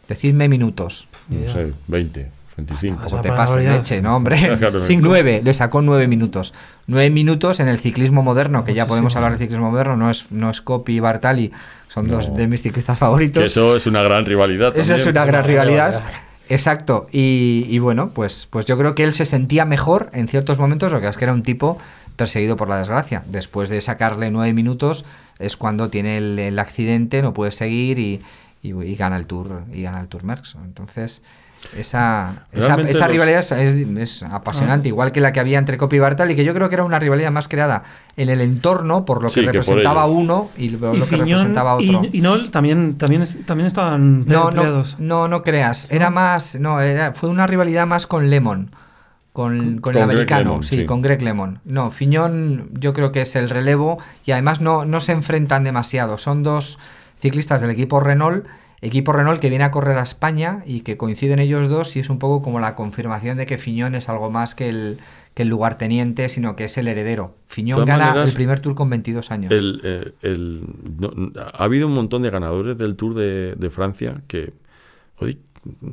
Speaker 3: Decidme minutos.
Speaker 1: No sé, 20, 25.
Speaker 2: Bastante.
Speaker 3: Tampoco te
Speaker 2: Una
Speaker 3: pases
Speaker 2: barbaridad.
Speaker 3: leche, ¿no, hombre?
Speaker 1: Claro, no.
Speaker 3: Cinco. Nueve, le sacó nueve minutos. Nueve minutos en el ciclismo moderno, que ya podemos hablar de ciclismo moderno, no es, no es Copy y Bartali, son dos
Speaker 1: No.
Speaker 3: de mis ciclistas favoritos.
Speaker 1: Que eso es una gran rivalidad.
Speaker 3: Esa es
Speaker 1: también.
Speaker 3: una gran
Speaker 4: Una
Speaker 3: rivalidad.
Speaker 4: rivalidad.
Speaker 3: Exacto. Y, y bueno, pues, pues yo creo que él se sentía mejor en ciertos momentos, lo que es que era un tipo perseguido por la desgracia. Después de sacarle nueve minutos es cuando tiene el, el accidente, no puede seguir y, y- y gana el Tour y gana el Tour Merckx. Entonces esa, esa,
Speaker 1: Realmente
Speaker 3: esa
Speaker 1: los-
Speaker 3: rivalidad es, es- es
Speaker 2: Ah.
Speaker 3: apasionante, igual que la que había entre Copy y Bartali, que yo creo que era una rivalidad más creada en el entorno por lo que
Speaker 1: Sí, que por
Speaker 3: representaba
Speaker 1: ellos.
Speaker 3: uno y lo,
Speaker 2: y
Speaker 3: lo que
Speaker 2: Fiñón
Speaker 3: representaba otro.
Speaker 2: y, y Nol también, también, es- también estaban
Speaker 3: No, no,
Speaker 2: peleados.
Speaker 3: no, Mm. no creas. Era más. No, era, fue una rivalidad más con Lemon. Con, con
Speaker 1: Con
Speaker 3: el
Speaker 1: Greg
Speaker 3: americano,
Speaker 1: Lemon,
Speaker 3: sí,
Speaker 1: sí.
Speaker 3: con Greg Lemon. No, Fiñón yo creo que es el relevo y además no, no se enfrentan demasiado. Son dos ciclistas del equipo Renault, equipo Renault que viene a correr a España y que coinciden ellos dos y es un poco como la confirmación de que Fiñón es algo más que el, que el lugarteniente, sino que es el heredero. Fiñón
Speaker 1: todas
Speaker 3: gana
Speaker 1: maneras,
Speaker 3: el primer tour con 22 años.
Speaker 1: El, eh, el- no- n- ha habido un montón de ganadores del Tour de, de Francia que, joder,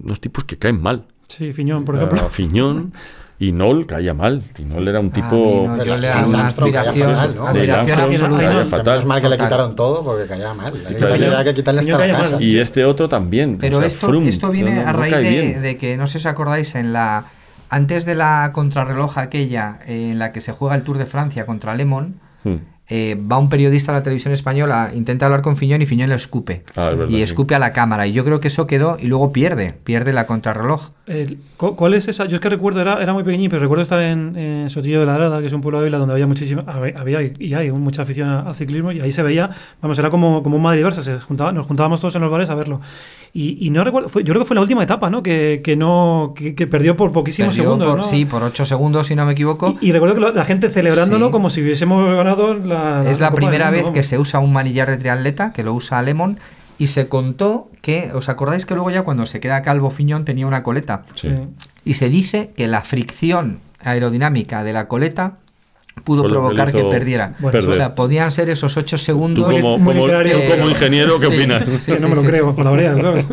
Speaker 1: unos tipos que caen mal.
Speaker 2: Sí, Fiñón, por
Speaker 1: Ah,
Speaker 2: ejemplo.
Speaker 1: Fiñón y Nol caía mal. Y Nol era un
Speaker 3: A mí
Speaker 1: tipo.
Speaker 3: no,
Speaker 4: Pero
Speaker 3: Ah, yo le
Speaker 4: Lance
Speaker 3: hago una
Speaker 4: Armstrong caía
Speaker 3: aspiración,
Speaker 4: fatal, ¿no?
Speaker 3: admiración
Speaker 1: Lance
Speaker 2: Armstrong
Speaker 3: absoluta.
Speaker 2: caía
Speaker 4: Que
Speaker 1: fatal.
Speaker 4: menos mal que le
Speaker 3: Fatal.
Speaker 4: quitaron todo porque caía mal. Hay que
Speaker 1: Claro.
Speaker 4: quitarle- hay que quitarle
Speaker 2: Niño
Speaker 4: hasta la
Speaker 2: caía mal.
Speaker 4: casa.
Speaker 1: Y este otro también.
Speaker 3: Pero
Speaker 1: o sea,
Speaker 3: esto,
Speaker 1: Froome,
Speaker 3: esto viene
Speaker 1: no- no
Speaker 3: a raíz
Speaker 1: cae
Speaker 3: de,
Speaker 1: bien.
Speaker 3: de que, no sé si os acordáis, en la antes de la contrarreloj aquella eh, en la que se juega el Tour de Francia contra Lemon,
Speaker 1: Hmm.
Speaker 3: eh, va un periodista a la televisión española, intenta hablar con Fiñón y Fiñón le escupe.
Speaker 1: Ah, es verdad,
Speaker 3: y
Speaker 1: sí.
Speaker 3: escupe a la cámara. Y yo creo que eso quedó y luego pierde, pierde la contrarreloj.
Speaker 2: El- ¿cu- ¿Cuál es esa? Yo es que recuerdo, era, era muy pequeñín, pero recuerdo estar en, en Sotillo de la Arada, que es un pueblo de Ávila donde había muchísima, habe- había y- y hay mucha afición a- al ciclismo, y ahí se veía, vamos, era como, como un Madrid Barça, se juntaba, nos juntábamos todos en los bares a verlo. Y, y no recuerdo, fue- yo creo que fue la última etapa, ¿no? Que, que no, que, que perdió por poquísimos
Speaker 3: Perdió
Speaker 2: segundos,
Speaker 3: por-
Speaker 2: ¿no?
Speaker 3: Sí, por 8 segundos, si no me equivoco.
Speaker 2: Y, y recuerdo que lo- la gente celebrándolo
Speaker 3: Sí.
Speaker 2: como si hubiésemos ganado la.
Speaker 3: Es la
Speaker 2: Copa del
Speaker 3: primera
Speaker 2: Mundo,
Speaker 3: vez
Speaker 2: vamos.
Speaker 3: que se usa un manillar de triatleta, que lo usa Lemon, y se contó que, ¿os acordáis que luego ya cuando se queda calvo Fiñón tenía una coleta?
Speaker 1: Sí.
Speaker 2: Sí.
Speaker 3: Y se dice que la fricción aerodinámica de la coleta pudo
Speaker 1: Fue lo que
Speaker 3: provocar
Speaker 1: le
Speaker 3: que,
Speaker 1: hizo
Speaker 3: perdiera.
Speaker 1: perder.
Speaker 3: O sea, podían ser esos 8
Speaker 1: Tú
Speaker 3: segundos.
Speaker 1: como,
Speaker 2: muy
Speaker 1: como-
Speaker 2: literario,
Speaker 1: tú como
Speaker 2: pero-
Speaker 1: ingeniero, ¿qué
Speaker 3: Sí,
Speaker 1: opinas?
Speaker 3: sí,
Speaker 2: que no
Speaker 3: sí,
Speaker 2: me lo
Speaker 3: sí,
Speaker 2: creo,
Speaker 3: sí.
Speaker 2: por la oreja, ¿sabes?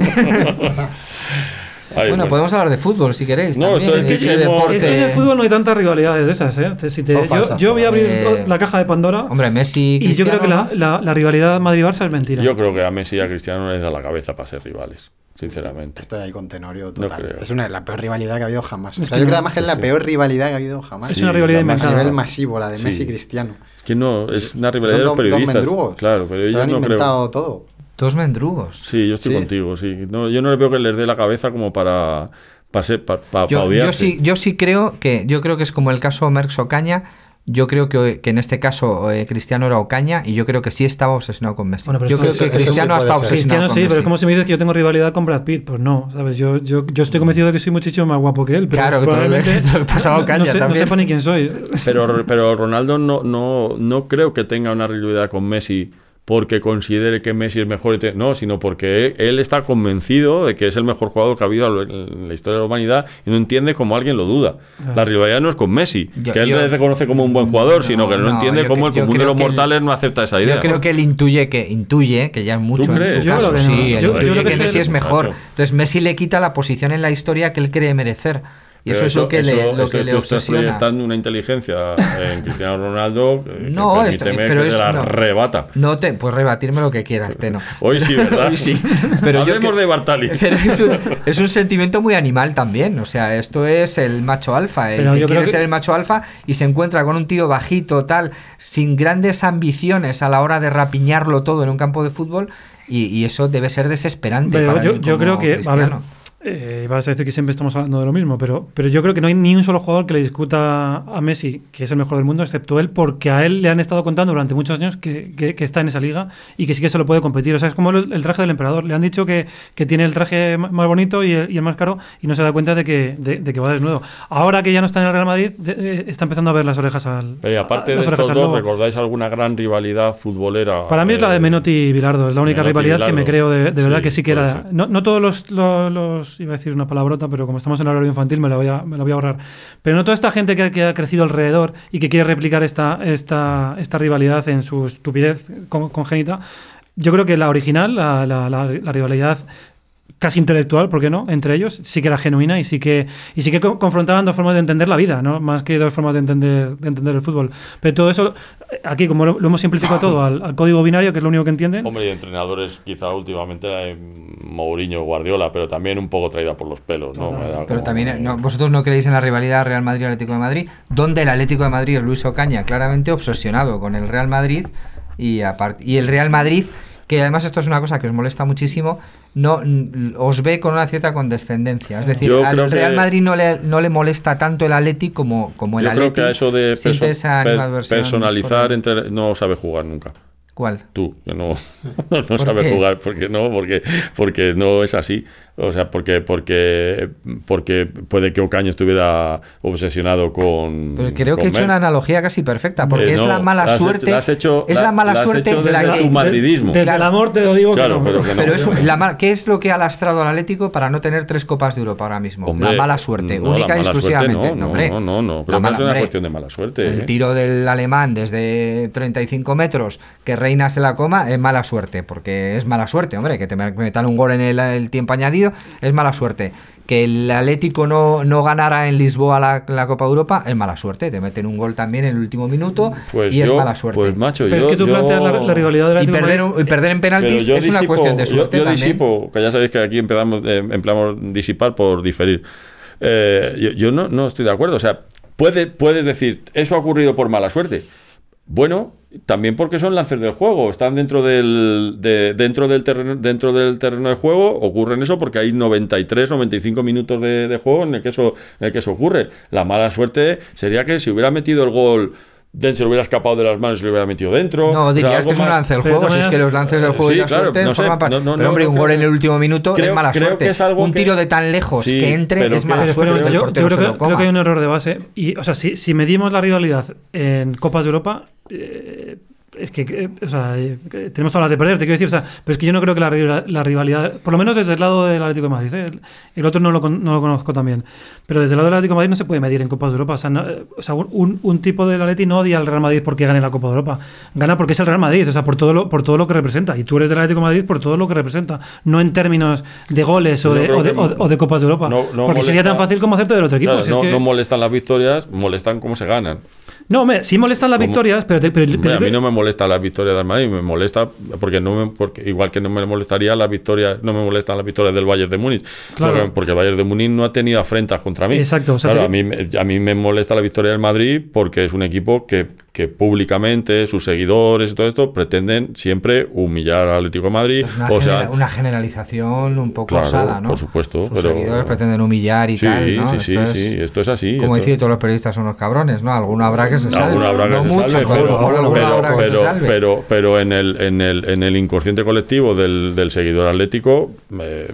Speaker 1: Ay,
Speaker 3: Bueno, podemos hablar de fútbol si queréis.
Speaker 1: No,
Speaker 3: también,
Speaker 1: esto es
Speaker 3: de-
Speaker 1: que
Speaker 3: de
Speaker 1: hemos-
Speaker 3: deporte.
Speaker 2: Es que en el fútbol no hay tantas rivalidades de esas, ¿eh? Te- si te-
Speaker 3: O
Speaker 2: yo,
Speaker 3: falsas,
Speaker 2: yo voy a abrir
Speaker 3: eh.
Speaker 2: la caja de Pandora
Speaker 3: Hombre, Messi.
Speaker 2: y yo creo que la,
Speaker 3: Cristiano,
Speaker 2: la- la rivalidad Madrid-Barça es mentira.
Speaker 1: Yo creo que a Messi y a Cristiano no les da la cabeza para ser rivales, sinceramente.
Speaker 4: Estoy ahí con Tenorio total.
Speaker 1: creo.
Speaker 4: es una de la peor rivalidad que ha habido jamás. O
Speaker 2: Es
Speaker 4: sea,
Speaker 2: que
Speaker 4: yo
Speaker 2: no.
Speaker 4: creo además que es la
Speaker 1: Sí.
Speaker 4: peor rivalidad que ha habido jamás.
Speaker 2: Es una rivalidad
Speaker 1: la más-
Speaker 4: A
Speaker 2: inventada.
Speaker 4: nivel masivo, la de
Speaker 1: Sí.
Speaker 4: Messi y Cristiano.
Speaker 1: Es que no, es una
Speaker 4: Son
Speaker 1: rivalidad de
Speaker 4: dos-
Speaker 1: los periodistas.
Speaker 4: dos mendrugos.
Speaker 1: Claro, pero
Speaker 4: Se lo
Speaker 1: ellos
Speaker 4: han
Speaker 1: no creo.
Speaker 4: inventado todo.
Speaker 3: Dos mendrugos.
Speaker 1: Sí, yo estoy
Speaker 4: Sí.
Speaker 1: contigo, sí. No, yo no les veo que les dé la cabeza como para, para, ser- para, para- para
Speaker 3: Yo, yo
Speaker 1: odiarse.
Speaker 3: sí, yo sí creo que yo creo que es como el caso Merckx Ocaña. Yo creo que, que en este caso eh, Cristiano era Ocaña y yo creo que sí estaba obsesionado con Messi.
Speaker 2: Bueno, pero
Speaker 3: yo
Speaker 2: eso-
Speaker 3: creo
Speaker 2: eso-
Speaker 3: que
Speaker 2: eso
Speaker 3: Cristiano ha
Speaker 4: sí puede
Speaker 3: estado obsesionado
Speaker 4: ser.
Speaker 2: Cristiano
Speaker 3: con
Speaker 2: sí, pero
Speaker 3: Messi.
Speaker 2: es como si me dices que yo tengo rivalidad con Brad Pitt. Pues no, ¿sabes? Yo, yo, yo estoy convencido de que soy muchísimo más guapo que él. Pero
Speaker 3: Claro, que todo lo que-
Speaker 2: probablemente
Speaker 3: lo que pasaba
Speaker 2: no-
Speaker 3: Ocaña
Speaker 2: no, sé- no
Speaker 3: también.
Speaker 2: sepa ni quién soy.
Speaker 1: Pero, pero Ronaldo no, no, no creo que tenga una rivalidad con Messi porque considere que Messi es mejor. y te- No, sino porque él está convencido de que es el mejor jugador que ha habido en la historia de la humanidad y no entiende cómo alguien lo duda.
Speaker 2: Ah.
Speaker 1: La rivalidad no es con Messi,
Speaker 3: Yo-
Speaker 1: que él
Speaker 3: yo-
Speaker 1: le reconoce como un buen jugador, sino que no,
Speaker 3: no,
Speaker 1: entiende
Speaker 3: yo
Speaker 1: cómo
Speaker 3: cre-
Speaker 1: el
Speaker 3: yo
Speaker 1: común de
Speaker 3: creo
Speaker 1: los
Speaker 3: que él-
Speaker 1: mortales no acepta esa idea.
Speaker 3: Yo creo que él intuye que intuye que ya es mucho en
Speaker 1: crees?
Speaker 3: su
Speaker 1: Yo
Speaker 3: caso.
Speaker 2: creo que no.
Speaker 3: sí, él
Speaker 2: Yo- yo
Speaker 3: intuye
Speaker 2: creo que
Speaker 3: que
Speaker 2: es
Speaker 3: Messi
Speaker 2: el-
Speaker 3: es mejor.
Speaker 1: Muchacho.
Speaker 3: Entonces Messi le quita la posición en la historia que él cree merecer. Y eso,
Speaker 1: Pero
Speaker 3: es lo que le,
Speaker 1: eso-
Speaker 3: lo
Speaker 1: eso
Speaker 3: que le
Speaker 1: tú estás
Speaker 3: obsesiona.
Speaker 1: proyectando una inteligencia eh, en Cristiano Ronaldo eh, que
Speaker 3: No, esto-
Speaker 1: permíteme
Speaker 3: pero
Speaker 1: que
Speaker 3: es-
Speaker 1: te la
Speaker 3: no.
Speaker 1: rebata.
Speaker 3: No te, pues rebatirme lo que quieras, Teno.
Speaker 1: Hoy sí, ¿verdad?
Speaker 3: Hoy sí. Pero yo
Speaker 1: Hablemos
Speaker 3: que-
Speaker 1: de Bartali.
Speaker 3: Pero es un, es un sentimiento muy animal también. O sea, esto es el macho alfa. El
Speaker 2: Pero
Speaker 3: que
Speaker 2: yo creo
Speaker 3: quiere
Speaker 2: que-
Speaker 3: ser el macho alfa y se encuentra con un tío bajito, tal, sin grandes ambiciones a la hora de rapiñarlo todo en un campo de fútbol. Y, y eso debe ser desesperante.
Speaker 2: Pero
Speaker 3: para
Speaker 2: yo,
Speaker 3: alguien
Speaker 2: yo
Speaker 3: como
Speaker 2: creo que, a ver,
Speaker 3: Cristiano.
Speaker 2: eh, vas a decir que siempre estamos hablando de lo mismo, pero, pero yo creo que no hay ni un solo jugador que le discuta a Messi que es el mejor del mundo, excepto él, porque a él le han estado contando durante muchos años que, que- que está en esa liga y que sí que se lo puede competir. O sea, es como el, el traje del emperador. Le han dicho que, que tiene el traje ma- más bonito y el, y el más caro y no se da cuenta de que, de, de que va desnudo. Ahora que ya no está en el Real Madrid, de- de- está empezando a ver las orejas al.
Speaker 1: Pero y aparte de
Speaker 2: a-
Speaker 3: Ah,
Speaker 2: las
Speaker 1: estos
Speaker 2: orejas
Speaker 1: dos,
Speaker 2: al lobo.
Speaker 1: ¿recordáis alguna gran rivalidad futbolera?
Speaker 2: Para mí es la de
Speaker 1: Eh,
Speaker 2: Menotti y Bilardo, es la única
Speaker 1: Menotti y
Speaker 2: rivalidad que me
Speaker 1: Bilardo.
Speaker 2: creo de, de verdad
Speaker 1: Sí,
Speaker 2: que sí que
Speaker 1: puede
Speaker 2: era.
Speaker 1: ser.
Speaker 2: No, no todos los, lo- los- Iba a decir una palabrota, pero como estamos en horario infantil me la voy a, me la voy a ahorrar. Pero no toda esta gente que, ha- que ha crecido alrededor y que quiere replicar esta, esta, esta rivalidad en su estupidez con- congénita. Yo creo que la original, la, la- la- la rivalidad casi intelectual, ¿por qué no? Entre ellos, sí que era genuina y sí que, y sí que co- confrontaban dos formas de entender la vida, ¿no? Más que dos formas de entender, de entender el fútbol. Pero todo eso, eh, aquí, como lo, lo hemos simplificado todo al, al código binario, que es lo único que entienden.
Speaker 1: Hombre, y entrenadores quizá últimamente eh, Mourinho, Guardiola, pero también un poco traída por los pelos, ¿no? Me da
Speaker 3: Pero
Speaker 1: como-
Speaker 3: también no, vosotros no creéis en la rivalidad Real Madrid-Atlético de Madrid, donde el Atlético de Madrid es Luis Ocaña, claramente obsesionado con el Real Madrid y, apart- y el Real Madrid, que además esto es una cosa que os molesta muchísimo, no n- os ve con una cierta condescendencia. Es decir,
Speaker 1: Yo creo
Speaker 3: al
Speaker 1: que-
Speaker 3: Real Madrid no le, no le molesta tanto el Atlético como, como el
Speaker 1: Yo creo
Speaker 3: Atlético.
Speaker 1: que a eso de perso- per- personalizar entre- no sabe jugar nunca.
Speaker 3: ¿Cuál?
Speaker 1: Tú, que no, no,
Speaker 3: ¿Por
Speaker 1: sabe
Speaker 3: qué?
Speaker 1: jugar, porque no, porque, porque no es así. O sea, porque, porque, porque puede que Ocaño estuviera obsesionado con.
Speaker 3: Pues creo que
Speaker 1: con
Speaker 3: he hecho
Speaker 1: Mer-
Speaker 3: una analogía casi perfecta, porque
Speaker 1: Eh,
Speaker 3: es
Speaker 1: Mm, no,
Speaker 3: la mala
Speaker 1: la has hecho-
Speaker 3: suerte.
Speaker 1: la has hecho-
Speaker 3: es
Speaker 1: la-
Speaker 3: la, mala
Speaker 1: la has
Speaker 3: suerte
Speaker 1: hecho
Speaker 3: de la
Speaker 1: desde
Speaker 3: que.
Speaker 1: tu madridismo.
Speaker 2: Desde
Speaker 3: Claro.
Speaker 2: el amor te lo digo que
Speaker 1: Claro,
Speaker 2: no.
Speaker 1: pero que no.
Speaker 3: Pero eso,
Speaker 1: pero-
Speaker 3: la mal- ¿qué es lo que ha lastrado al Atlético para no tener tres copas de Europa ahora mismo?
Speaker 1: Hombre,
Speaker 3: la mala suerte,
Speaker 1: no, la
Speaker 3: única y
Speaker 1: mala suerte
Speaker 3: exclusivamente.
Speaker 1: no, no,
Speaker 3: hombre.
Speaker 1: no, no, no, creo
Speaker 3: La
Speaker 1: que
Speaker 3: mala-
Speaker 1: es una
Speaker 3: hombre,
Speaker 1: cuestión de mala suerte, eh.
Speaker 3: El tiro del alemán desde 35 metros que Reina se la coma es mala suerte, porque es mala suerte, hombre, que te me- metan un gol en el, el tiempo añadido es mala suerte. Que el Atlético no, no ganara en Lisboa la, la Copa Europa es mala suerte, te meten un gol también en el último minuto
Speaker 1: Pues
Speaker 3: y
Speaker 1: yo,
Speaker 3: es mala susuerte.
Speaker 1: Pues macho,
Speaker 2: Pero
Speaker 1: yo,
Speaker 2: es que tú
Speaker 1: yo-
Speaker 2: planteas la, la rivalidad de la
Speaker 3: y, perder, un- y perder en
Speaker 1: pero
Speaker 3: penaltis es
Speaker 1: yo
Speaker 3: una
Speaker 1: disipo-
Speaker 3: cuestión de
Speaker 1: yo-
Speaker 3: suerte
Speaker 1: Yo,
Speaker 3: también.
Speaker 1: disipo, que ya sabéis que aquí empezamos, eh, empleamos disipar por diferir. Eh, yo yo no, no estoy de acuerdo. O sea, puede, puedes decir, eso ha ocurrido por mala suerte. Bueno, también porque son lances del juego, están dentro del, de- dentro, del terreno, dentro del terreno de juego, ocurren eso porque hay 93, 95 minutos de, de juego en el, que eso, en el que eso ocurre. La mala suerte sería que si hubiera metido el gol, Den se lo hubiera escapado de las manos y lo hubiera metido dentro. O
Speaker 3: No,
Speaker 1: sea,
Speaker 3: dirías
Speaker 1: algo
Speaker 3: que es un
Speaker 1: más-
Speaker 3: lance del
Speaker 2: Pero de
Speaker 3: juego, si es
Speaker 2: todas
Speaker 3: que los lances del
Speaker 1: eh,
Speaker 3: juego
Speaker 1: sí,
Speaker 3: y la
Speaker 1: claro,
Speaker 3: suerte
Speaker 1: no sé,
Speaker 3: forman parte.
Speaker 1: no, no,
Speaker 3: pero
Speaker 1: no,
Speaker 3: hombre,
Speaker 1: no
Speaker 3: un gol
Speaker 1: creo-
Speaker 3: en el último minuto
Speaker 1: creo-
Speaker 3: es mala
Speaker 1: creo
Speaker 3: suerte.
Speaker 1: que es algo
Speaker 3: un
Speaker 1: que-
Speaker 3: tiro de tan lejos
Speaker 1: Sí,
Speaker 3: que entre
Speaker 1: pero
Speaker 3: es
Speaker 1: que-
Speaker 3: mala
Speaker 1: Pero
Speaker 2: Pero espera un
Speaker 3: suerte. que
Speaker 2: momento,
Speaker 3: el
Speaker 2: yo, yo
Speaker 3: portero
Speaker 2: creo
Speaker 3: se lo
Speaker 2: que, creo
Speaker 3: coma.
Speaker 2: que hay un error de base. Y, o sea, si, si medimos la rivalidad en Copas de Europa, eh, es que, eh, o sea, eh, que tenemos todas las de perder, te quiero decir, o sea, pero es que yo no creo que la, rival- la rivalidad, por lo menos desde el lado del Atlético de Madrid, ¿eh? el, el otro no lo, con- no lo conozco también, pero desde el lado del Atlético de Madrid no se puede medir en Copa de Europa, o sea, no- eh, o sea, un, un tipo del Atleti no odia al Real Madrid porque gane la Copa de Europa, gana porque es el Real Madrid, o sea, por todo lo, por todo lo que representa, y tú eres del Atlético de Madrid por todo lo que representa, no en términos de goles o,
Speaker 1: Yo
Speaker 2: de,
Speaker 1: creo
Speaker 2: o, de,
Speaker 1: que
Speaker 2: o de- o de Copas de Europa,
Speaker 1: no- no
Speaker 2: porque sería
Speaker 1: molesta-
Speaker 2: tan fácil como hacerte del otro equipo.
Speaker 1: Claro,
Speaker 2: si pues, es
Speaker 1: no,
Speaker 2: que-
Speaker 1: no molestan las victorias, molestan cómo se ganan.
Speaker 2: no, hombre, sí molestan las
Speaker 1: Como-
Speaker 2: victorias, pero, te- pero-
Speaker 1: Hombre,
Speaker 2: pero
Speaker 1: a
Speaker 2: yo
Speaker 1: mí no
Speaker 2: creo-
Speaker 1: me molesta la victoria del Madrid, me molesta porque no me, porque igual que no me molestaría la victoria, no me molestan las victorias del Bayern de Múnich,
Speaker 2: Claro.
Speaker 1: Porque- porque el Bayern de Múnich no ha tenido afrentas contra mí.
Speaker 2: Exacto, o sea,
Speaker 1: Claro,
Speaker 2: te-
Speaker 1: a mí me- a mí me molesta la victoria del Madrid porque es un equipo que, que públicamente sus seguidores y todo esto pretenden siempre humillar al Atlético de Madrid,
Speaker 3: Es una,
Speaker 1: o sea,
Speaker 3: genera- una generalización un poco
Speaker 1: Claro,
Speaker 3: osada, ¿no?
Speaker 1: por supuesto,
Speaker 3: Sus
Speaker 1: pero-
Speaker 3: seguidores pretenden humillar y
Speaker 1: sí,
Speaker 3: tal, ¿no?
Speaker 1: sí, sí,
Speaker 3: Esto es-
Speaker 1: sí, esto es así.
Speaker 3: Como
Speaker 1: esto-
Speaker 3: decir, todos los periodistas son unos cabrones, ¿no? Alguno habrá que se salve.
Speaker 1: Alguna habrá que
Speaker 3: no
Speaker 1: se
Speaker 3: mucho,
Speaker 1: salve,
Speaker 3: pero, a lo
Speaker 1: pero,
Speaker 3: mejor alguno
Speaker 1: pero,
Speaker 3: habrá que se
Speaker 1: pero,
Speaker 3: salve.
Speaker 1: pero- pero en, el, en, el, en el inconsciente colectivo del, del seguidor atlético, eh,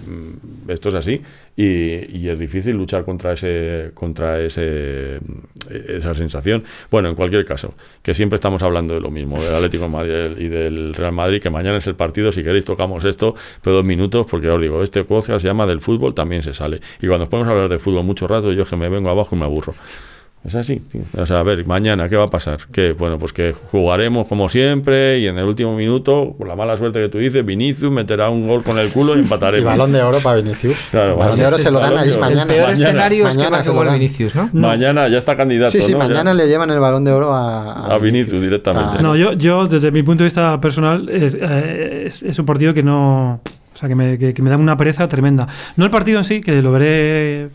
Speaker 1: esto es así. Y, y es difícil luchar contra ese contra ese esa sensación. Bueno, en cualquier caso, que siempre estamos hablando de lo mismo, del Atlético de Madrid y del Real Madrid, que mañana es el partido, si queréis tocamos esto, pero dos minutos, porque ya os digo, este podcast se llama del fútbol, también se sale. Y cuando nos ponemos a hablar de fútbol mucho rato, yo es que me vengo abajo y me aburro. Es así, tío. O sea, a ver, mañana, ¿qué va a pasar? Que, bueno, pues que jugaremos como siempre y en el último minuto, por la mala suerte que tú dices, Vinicius meterá un gol con el culo y
Speaker 4: Y
Speaker 1: empataremos.
Speaker 4: balón de oro para Vinicius.
Speaker 1: Claro,
Speaker 4: balón de oro se lo dan
Speaker 1: balón de
Speaker 4: allí
Speaker 1: oro.
Speaker 4: mañana.
Speaker 3: el peor
Speaker 1: mañana-
Speaker 3: escenario es que
Speaker 4: mañana
Speaker 3: marque
Speaker 4: se lo
Speaker 3: gol
Speaker 4: dan.
Speaker 3: Vinicius, ¿no?
Speaker 1: Mañana ya está candidato.
Speaker 4: Sí, sí,
Speaker 1: ¿no? Ya-
Speaker 4: mañana le llevan el balón de oro a,
Speaker 1: A Vinicius directamente.
Speaker 4: Ah,
Speaker 2: No, yo, yo desde mi punto de vista personal es, eh, es- es un partido que no. O sea, que me, que- que me da una pereza tremenda. No el partido en sí, que lo veré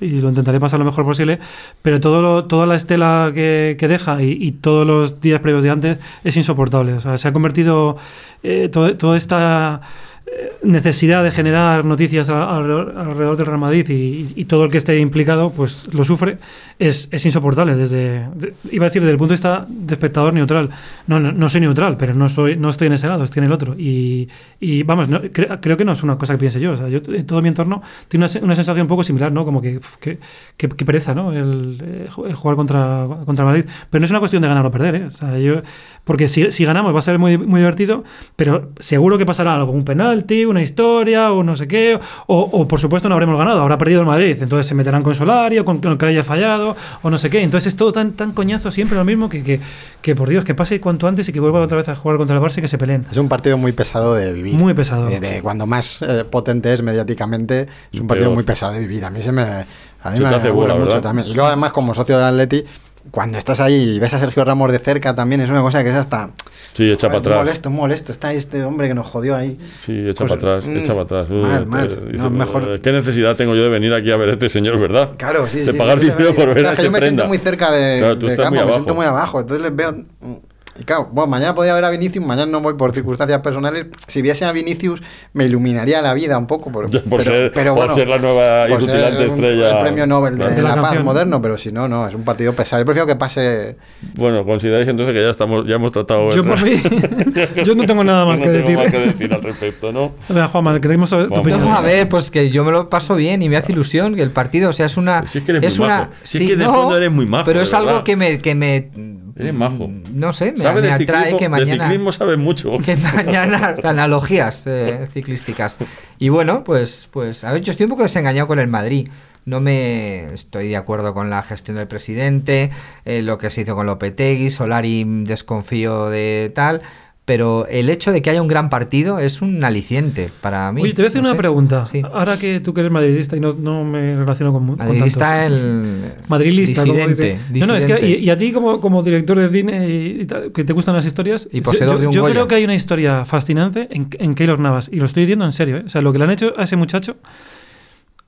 Speaker 2: y lo intentaré pasar lo mejor posible, pero todo lo- toda la estela que, que deja y, y todos los días previos de antes es insoportable. O sea, se ha convertido eh, todo- toda esta eh, necesidad de generar noticias a- alrededor, alrededor del Real Madrid y, y- y todo el que esté implicado pues lo sufre es, es insoportable desde de- iba a decir desde el punto de vista de espectador neutral no, no, no soy neutral pero no soy no estoy en ese lado estoy en el otro y, y vamos no- cre- creo que no es una cosa que piense yo o sea yo en todo mi entorno tiene una, se- una sensación un poco similar no como que uf, que, que- que pereza no el, eh, ju- el jugar contra contra el Madrid pero no es una cuestión de ganar o perder ¿eh? o sea yo porque si, si ganamos va a ser muy, muy divertido, pero seguro que pasará algo, un penalti, una historia o no sé qué, o, o por supuesto no habremos ganado, habrá perdido el Madrid, entonces se meterán con Solari o con, con el que haya fallado o no sé qué, entonces es todo tan, tan coñazo siempre lo mismo que, que, que, por Dios, que pase cuanto antes y que vuelva otra vez a jugar contra el Barça y que se peleen.
Speaker 4: Es un partido muy pesado de vivir.
Speaker 2: Muy pesado.
Speaker 4: De, de cuando más eh, potente es mediáticamente, es un partido
Speaker 1: Peor.
Speaker 4: muy pesado de vivir. A mí se me, a mí
Speaker 1: Se
Speaker 4: me
Speaker 1: te hace
Speaker 4: aburre
Speaker 1: bola,
Speaker 4: mucho
Speaker 1: ¿verdad?
Speaker 4: también. Y luego, además, como socio del Atleti, cuando estás ahí y ves a Sergio Ramos de cerca también, es una cosa que es hasta.
Speaker 1: Sí, echa para
Speaker 4: "Joder,
Speaker 1: atrás.
Speaker 4: Molesto, molesto. Está este hombre que nos jodió ahí.
Speaker 1: Sí, echa
Speaker 4: Cosa-
Speaker 1: para atrás,
Speaker 4: Mm,
Speaker 1: echa para atrás. Uh,
Speaker 4: mal, mal.
Speaker 1: eh,
Speaker 4: No,
Speaker 1: dice,
Speaker 4: mejor-
Speaker 1: ¿Qué necesidad tengo yo de venir aquí a ver a este señor, verdad?
Speaker 4: Claro, sí,
Speaker 1: De
Speaker 4: sí,
Speaker 1: pagar
Speaker 4: sí,
Speaker 1: dinero
Speaker 4: sí.
Speaker 1: por ver
Speaker 4: Claro,
Speaker 1: a
Speaker 4: es que
Speaker 1: este
Speaker 4: Yo me siento
Speaker 1: prenda.
Speaker 4: muy cerca de,
Speaker 1: Claro, tú
Speaker 4: de
Speaker 1: estás
Speaker 4: campo,
Speaker 1: muy
Speaker 4: me
Speaker 1: abajo.
Speaker 4: siento muy abajo. Entonces les veo. mm, Y claro, bueno, mañana podría ver a Vinicius, mañana no voy por circunstancias personales. Si viese a Vinicius, me iluminaría la vida un poco. Por,
Speaker 1: Ya, por ser- por ser la nueva
Speaker 4: por ser
Speaker 1: irrutilante
Speaker 4: un-
Speaker 1: estrella.
Speaker 4: El premio Nobel de,
Speaker 1: Claro.
Speaker 2: De la
Speaker 4: la, paz
Speaker 2: canción.
Speaker 4: moderno, pero si no, no, es un partido pesado. Yo prefiero que pase.
Speaker 1: Bueno, consideráis entonces que ya estamos, ya hemos tratado.
Speaker 2: Yo
Speaker 1: el-
Speaker 2: por mí, yo no tengo nada más
Speaker 1: no
Speaker 2: que
Speaker 1: tengo
Speaker 2: decir.
Speaker 1: más que decir al respecto, ¿no?
Speaker 2: Venga, Juanma, queremos saber tu
Speaker 1: Vamos.
Speaker 2: opinión.
Speaker 1: Pero-
Speaker 3: No, a ver, pues que yo me lo paso bien y me hace ilusión que el partido, o sea, es una.
Speaker 1: Si es que eres muy
Speaker 3: una,
Speaker 1: majo. Si es que en el fondo eres muy majo,
Speaker 3: Pero
Speaker 1: de
Speaker 3: es algo
Speaker 1: verdad.
Speaker 3: que me. Que me
Speaker 1: Eres majo.
Speaker 3: No sé, me,
Speaker 1: Sabe
Speaker 3: me
Speaker 1: de
Speaker 3: atrae
Speaker 1: ciclismo,
Speaker 3: que
Speaker 1: de
Speaker 3: mañana.
Speaker 1: ciclismo sabe mucho.
Speaker 3: que mañana analogías eh, ciclísticas. Y bueno, pues, pues, a ver, yo estoy un poco desengañado con el Madrid. No me estoy de acuerdo con la gestión del presidente, eh, lo que se hizo con Lopetegui, Solari mm, desconfío de tal, pero el hecho de que haya un gran partido es un aliciente para mí.
Speaker 2: Oye, te voy a hacer
Speaker 3: no
Speaker 2: una
Speaker 3: sé.
Speaker 2: pregunta.
Speaker 3: Sí.
Speaker 2: Ahora que tú que eres madridista y no, no me relaciono con, mu- con
Speaker 3: Madridista
Speaker 2: tantos.
Speaker 3: el
Speaker 2: Madrilista, como
Speaker 3: disidente,
Speaker 2: dice. No, no, es que, y,
Speaker 3: disidente.
Speaker 2: y a ti como, como director de cine y, y tal, que te gustan las historias.
Speaker 3: Y poseedor
Speaker 2: yo,
Speaker 3: de un
Speaker 2: yo
Speaker 3: Goya.
Speaker 2: creo que hay una historia fascinante en, en Keylor Navas, y lo estoy diciendo en serio, ¿eh? O sea, lo que le han hecho a ese muchacho.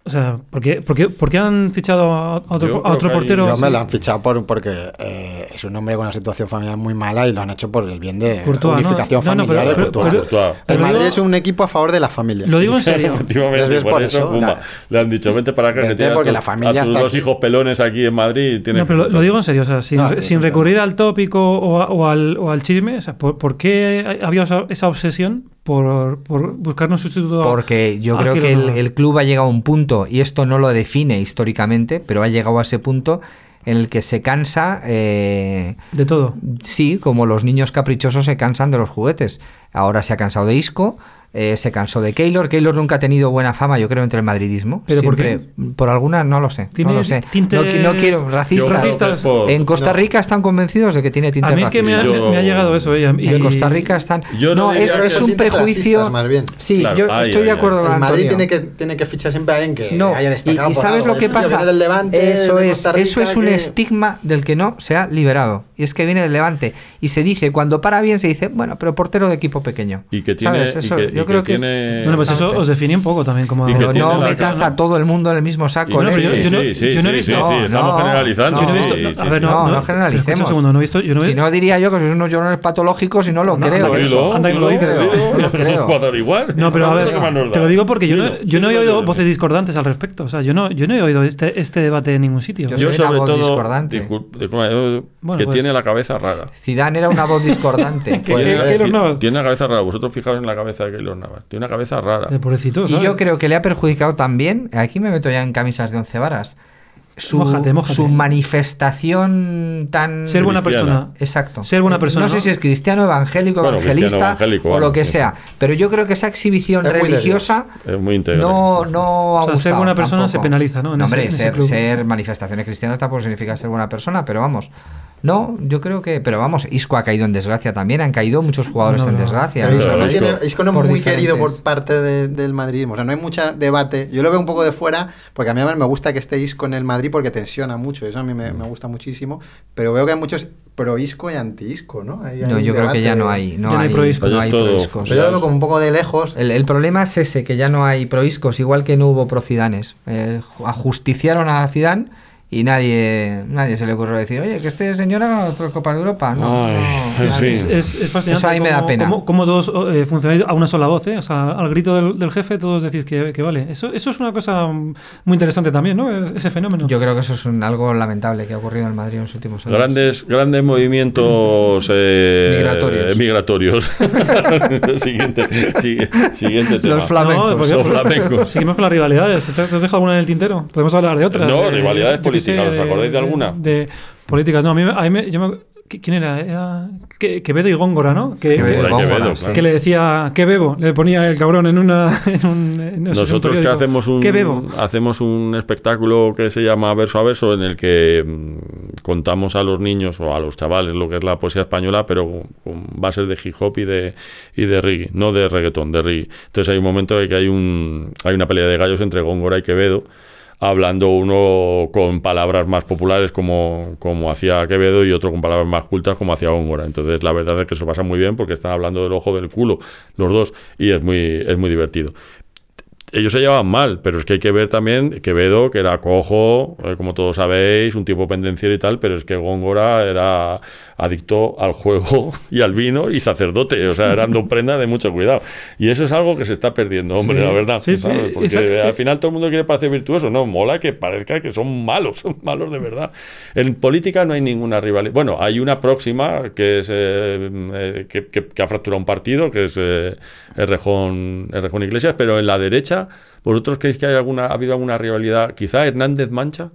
Speaker 2: O sea, ¿por qué, por qué- por qué han fichado a
Speaker 1: Yo
Speaker 2: otro, a
Speaker 1: creo
Speaker 2: otro
Speaker 1: que hay-
Speaker 2: portero?
Speaker 1: Pero
Speaker 4: yo me
Speaker 2: Sí.
Speaker 4: lo han fichado por, porque eh, es un hombre con una situación familiar muy mala y lo han hecho por el bien de
Speaker 2: Courtois, ¿no?
Speaker 4: unificación
Speaker 2: No, no, pero-
Speaker 4: familiar de
Speaker 2: pero-
Speaker 4: Courtois.
Speaker 2: pero-
Speaker 1: Courtois.
Speaker 2: pero
Speaker 4: el Madrid
Speaker 2: digo-
Speaker 4: es un equipo a favor de la familia.
Speaker 2: Lo digo en serio.
Speaker 1: Efectivamente,
Speaker 4: Entonces,
Speaker 1: por,
Speaker 4: por
Speaker 1: eso,
Speaker 4: eso,
Speaker 1: Puma,
Speaker 4: la-
Speaker 1: le han dicho, vente para acá,
Speaker 4: Vete,
Speaker 1: que tienes
Speaker 4: porque
Speaker 1: a, tu-
Speaker 4: la familia
Speaker 1: a tus
Speaker 4: está
Speaker 1: dos
Speaker 4: aquí.
Speaker 1: hijos pelones aquí en Madrid. y tienes-
Speaker 2: No, pero lo, lo digo en serio, o sea, sin,
Speaker 1: Ah,
Speaker 4: No, sí,
Speaker 2: sin
Speaker 4: sí,
Speaker 2: recurrir al tópico o, a- o al, o al chisme, o sea, ¿por, por qué ha- había esa- esa obsesión por, por buscar un sustituto? a-
Speaker 3: Porque yo
Speaker 2: a
Speaker 3: creo
Speaker 2: Keylor
Speaker 3: que el,
Speaker 2: Navas?
Speaker 3: el club ha llegado a un punto, y esto no lo define históricamente, pero ha llegado a ese punto en el que se cansa. eh,
Speaker 2: De todo.
Speaker 3: Sí, como los niños caprichosos se cansan de los juguetes. Ahora se ha cansado de Isco, eh, se cansó de Keylor. Keylor nunca ha tenido buena fama, yo creo, entre el madridismo.
Speaker 2: ¿Pero por
Speaker 3: Siempre- Por alguna, no lo sé.
Speaker 2: Tiene
Speaker 3: no lo sé.
Speaker 2: tintes
Speaker 3: No, qui- no quiero,
Speaker 1: Yo creo
Speaker 3: racistas.
Speaker 1: que
Speaker 2: racistas.
Speaker 1: es por-
Speaker 3: En Costa Rica están convencidos de que tiene tintes
Speaker 2: A mí es que me ha,
Speaker 1: racistas. Yo-
Speaker 2: me ha llegado eso. eh, y-
Speaker 3: racistas. En Costa Rica están.
Speaker 1: Yo no
Speaker 3: no,
Speaker 1: diría
Speaker 3: es,
Speaker 1: que
Speaker 3: es
Speaker 1: los
Speaker 3: un
Speaker 4: tintes
Speaker 3: prejuicio.
Speaker 4: racistas, más bien.
Speaker 3: Sí,
Speaker 1: Claro,
Speaker 3: yo
Speaker 1: ay,
Speaker 3: estoy
Speaker 1: ay,
Speaker 3: de
Speaker 1: ay.
Speaker 3: acuerdo con
Speaker 4: El Madrid
Speaker 3: Antonio.
Speaker 4: tiene que, tiene que fichar siempre a alguien que
Speaker 3: No,
Speaker 4: haya
Speaker 3: y,
Speaker 4: destacado
Speaker 3: y
Speaker 4: por
Speaker 3: sabes
Speaker 4: algo.
Speaker 3: lo que
Speaker 4: Este tío
Speaker 3: pasa.
Speaker 4: viene del Levante,
Speaker 3: eso
Speaker 4: de
Speaker 3: es,
Speaker 4: Costa Rica,
Speaker 3: eso es un
Speaker 4: que-
Speaker 3: estigma del que no se ha liberado. Y es que viene del Levante. Y se dice, cuando para bien, se dice, bueno, pero portero de equipo pequeño.
Speaker 1: Y que tiene.
Speaker 3: ¿Sabes?
Speaker 1: y
Speaker 3: Eso
Speaker 1: que- y que
Speaker 3: yo creo que es-
Speaker 1: tiene-
Speaker 2: Bueno, pues eso
Speaker 3: Exactamente.
Speaker 2: os define un poco también como...
Speaker 1: Eh. Y
Speaker 3: Pero
Speaker 1: que tiene
Speaker 3: no
Speaker 1: la
Speaker 3: metas
Speaker 1: cara-
Speaker 3: a todo el mundo en el mismo saco. ¿eh?
Speaker 2: no,
Speaker 1: Y-
Speaker 2: pero yo-
Speaker 1: sí,
Speaker 2: yo no-
Speaker 1: sí, sí,
Speaker 2: yo no he
Speaker 1: sí,
Speaker 2: visto-
Speaker 1: sí, sí,
Speaker 3: no,
Speaker 1: estamos
Speaker 3: no,
Speaker 1: generalizando.
Speaker 3: no,
Speaker 2: yo no he
Speaker 1: sí,
Speaker 2: visto...
Speaker 1: sí,
Speaker 2: a
Speaker 1: sí.
Speaker 2: ver, no,
Speaker 3: No,
Speaker 2: no,
Speaker 3: no generalicemos.
Speaker 2: escucha un segundo, no he visto... Yo no he-
Speaker 3: Si no diría yo que sois unos llorones patológicos y no lo
Speaker 2: No,
Speaker 3: creo.
Speaker 2: no,
Speaker 3: eso.
Speaker 1: Dilo,
Speaker 2: Anda que lo
Speaker 1: dilo,
Speaker 2: dices.
Speaker 1: dilo,
Speaker 3: No lo
Speaker 1: que sos
Speaker 3: creo.
Speaker 1: jugador igual.
Speaker 2: No, pero a ver,
Speaker 1: ¿Qué más nos da?
Speaker 2: te lo digo porque yo no,
Speaker 1: Dilo,
Speaker 2: yo no
Speaker 1: sí,
Speaker 2: he
Speaker 1: sí,
Speaker 2: oído
Speaker 1: sí.
Speaker 2: voces discordantes al respecto. O sea, yo no, yo no he oído este, este debate en ningún sitio.
Speaker 3: Yo
Speaker 1: Yo
Speaker 3: soy
Speaker 1: sobre
Speaker 3: una voz
Speaker 1: todo,
Speaker 3: discordante.
Speaker 1: discul- disculpa, yo-
Speaker 2: Bueno,
Speaker 1: que
Speaker 2: pues-
Speaker 1: tiene la cabeza rara.
Speaker 3: Zidane era una voz discordante.
Speaker 2: Que-
Speaker 3: Pues,
Speaker 2: que-
Speaker 1: Tiene,
Speaker 2: Keylor
Speaker 1: ti-
Speaker 2: Navas.
Speaker 1: tiene una cabeza rara. Vosotros fijaos en la cabeza de Keylor Navas. Tiene una cabeza rara.
Speaker 2: El pobrecito,
Speaker 3: y
Speaker 2: ¿sabes?
Speaker 3: yo creo que le ha perjudicado también. Aquí me meto ya en camisas de once varas. Su,
Speaker 2: Mójate, mójate.
Speaker 3: su manifestación tan.
Speaker 2: Ser buena
Speaker 1: Cristiana.
Speaker 2: persona.
Speaker 3: Exacto.
Speaker 2: Ser buena persona,
Speaker 3: No, sé
Speaker 2: ¿no?
Speaker 3: si es cristiano, evangélico,
Speaker 1: Bueno,
Speaker 3: evangelista
Speaker 1: cristiano, evangélico,
Speaker 3: o lo
Speaker 1: vamos,
Speaker 3: que
Speaker 1: sí,
Speaker 3: sea. Pero yo creo que esa exhibición
Speaker 4: Es muy de Dios.
Speaker 3: religiosa
Speaker 1: Es muy integral.
Speaker 3: no, no ha
Speaker 2: O sea, ser
Speaker 3: gustado
Speaker 2: buena persona
Speaker 3: tampoco.
Speaker 2: se penaliza, ¿no? En ese-
Speaker 3: hombre,
Speaker 2: en ese
Speaker 3: ser,
Speaker 2: club.
Speaker 3: ser manifestaciones cristianas tampoco significa ser buena persona, pero vamos. No, yo creo que. Pero vamos, Isco ha caído en desgracia también. Han caído muchos jugadores
Speaker 2: No,
Speaker 3: en
Speaker 2: no.
Speaker 3: desgracia.
Speaker 4: Pero
Speaker 1: Claro,
Speaker 3: ¿no?
Speaker 4: Isco no,
Speaker 1: Isco-
Speaker 4: tiene- Isco no es
Speaker 3: por
Speaker 4: muy
Speaker 3: diferentes.
Speaker 4: querido por parte de- del madridismo. O sea, no hay mucho debate. Yo lo veo un poco de fuera, porque a mí además me gusta que esté Isco en el Madrid porque tensiona mucho. Eso a mí
Speaker 3: Mm.
Speaker 4: me, me gusta muchísimo. Pero veo que hay muchos pro Isco y anti Isco, ¿no? Ahí hay
Speaker 3: No,
Speaker 4: un
Speaker 3: yo creo que
Speaker 4: debate.
Speaker 3: ya no hay. No
Speaker 2: Ya no hay
Speaker 3: hay,
Speaker 2: proiscos.
Speaker 3: no
Speaker 1: Pero
Speaker 3: hay
Speaker 1: es todo-
Speaker 3: proiscos.
Speaker 4: Pero yo
Speaker 1: Pues
Speaker 4: lo veo como un poco de lejos.
Speaker 3: El, el problema es ese, que ya no hay proiscos, igual que no hubo procidanes. Eh, ju- ajusticiaron a Zidane y nadie, nadie se le ocurrió decir, oye, que este señor ha ganado otras Copas de Europa. No,
Speaker 1: Ay,
Speaker 3: no,
Speaker 1: en
Speaker 3: nadie.
Speaker 1: fin.
Speaker 2: Es, es fascinante.
Speaker 3: Eso a mí me da
Speaker 2: cómo-
Speaker 3: pena.
Speaker 2: Cómo, cómo todos eh, funcionáis a una sola voz, ¿eh? O sea, al grito del, del jefe todos decís que, que vale. Eso, eso es una cosa mm, muy interesante también, ¿no? E- Ese fenómeno.
Speaker 3: Yo creo que eso es un- algo lamentable que ha ocurrido en el Madrid en los últimos años.
Speaker 1: Grandes, grandes movimientos eh,
Speaker 3: Migratorios.
Speaker 1: eh, migratorios. siguiente, sigue- siguiente tema.
Speaker 3: Los flamencos.
Speaker 2: No, porque-
Speaker 1: Los flamencos.
Speaker 2: Seguimos con las rivalidades. ¿Te, te has dejado alguna en el tintero? Podemos hablar de otras.
Speaker 1: No,
Speaker 2: de-
Speaker 1: rivalidades
Speaker 2: yo qué
Speaker 1: políticas,
Speaker 2: sé,
Speaker 1: ¿os acordáis de alguna?
Speaker 2: De políticas. No, a mí, me- a mí me- yo me- ¿qui- ¿Quién era? Era Que- Quevedo y Góngora, ¿no? Que,
Speaker 3: Que
Speaker 1: Quevedo,
Speaker 2: que-
Speaker 3: ve-
Speaker 1: Góngora,
Speaker 3: Góngora,
Speaker 1: claro.
Speaker 3: sí.
Speaker 2: que le decía, ¿qué bebo? Le ponía el cabrón en una. en un- en- no sé, un
Speaker 1: Nosotros que
Speaker 2: periódico.
Speaker 1: hacemos un,
Speaker 2: ¿Qué bebo?
Speaker 1: hacemos un espectáculo que se llama Verso a Verso, en el que mm, contamos a los niños o a los chavales lo que es la poesía española, pero con, con bases de hip hop y de, y de reggae, no de reggaetón, de reggae. Entonces hay un momento en el que hay, un, hay una pelea de gallos entre Góngora y Quevedo, hablando uno con palabras más populares como, como hacía Quevedo y otro con palabras más cultas como hacía Góngora. Entonces la verdad es que se lo pasa muy bien porque están hablando del ojo del culo los dos y es muy, es muy divertido ellos se llevaban mal, pero es que hay que ver también Quevedo, que era cojo, eh, como todos sabéis, un tipo pendenciero y tal, pero es que Góngora era adicto al juego y al vino y sacerdote, o sea, eran dos prendas de mucho cuidado. Y eso es algo que se está perdiendo, hombre,
Speaker 2: Sí,
Speaker 1: la verdad.
Speaker 2: sí,
Speaker 1: ¿sabes?
Speaker 2: sí,
Speaker 1: Porque
Speaker 2: esa-
Speaker 1: al final todo el mundo quiere parecer virtuoso, no, mola que parezca que son malos, son malos de verdad. En política no hay ninguna rivalidad. Bueno, hay una próxima que es eh, eh, que, que- que ha fracturado un partido, que es eh, Errejón, Errejón Iglesias, pero en la derecha, ¿vosotros creéis que hay alguna, ha habido alguna rivalidad? Quizá Hernández Mancha.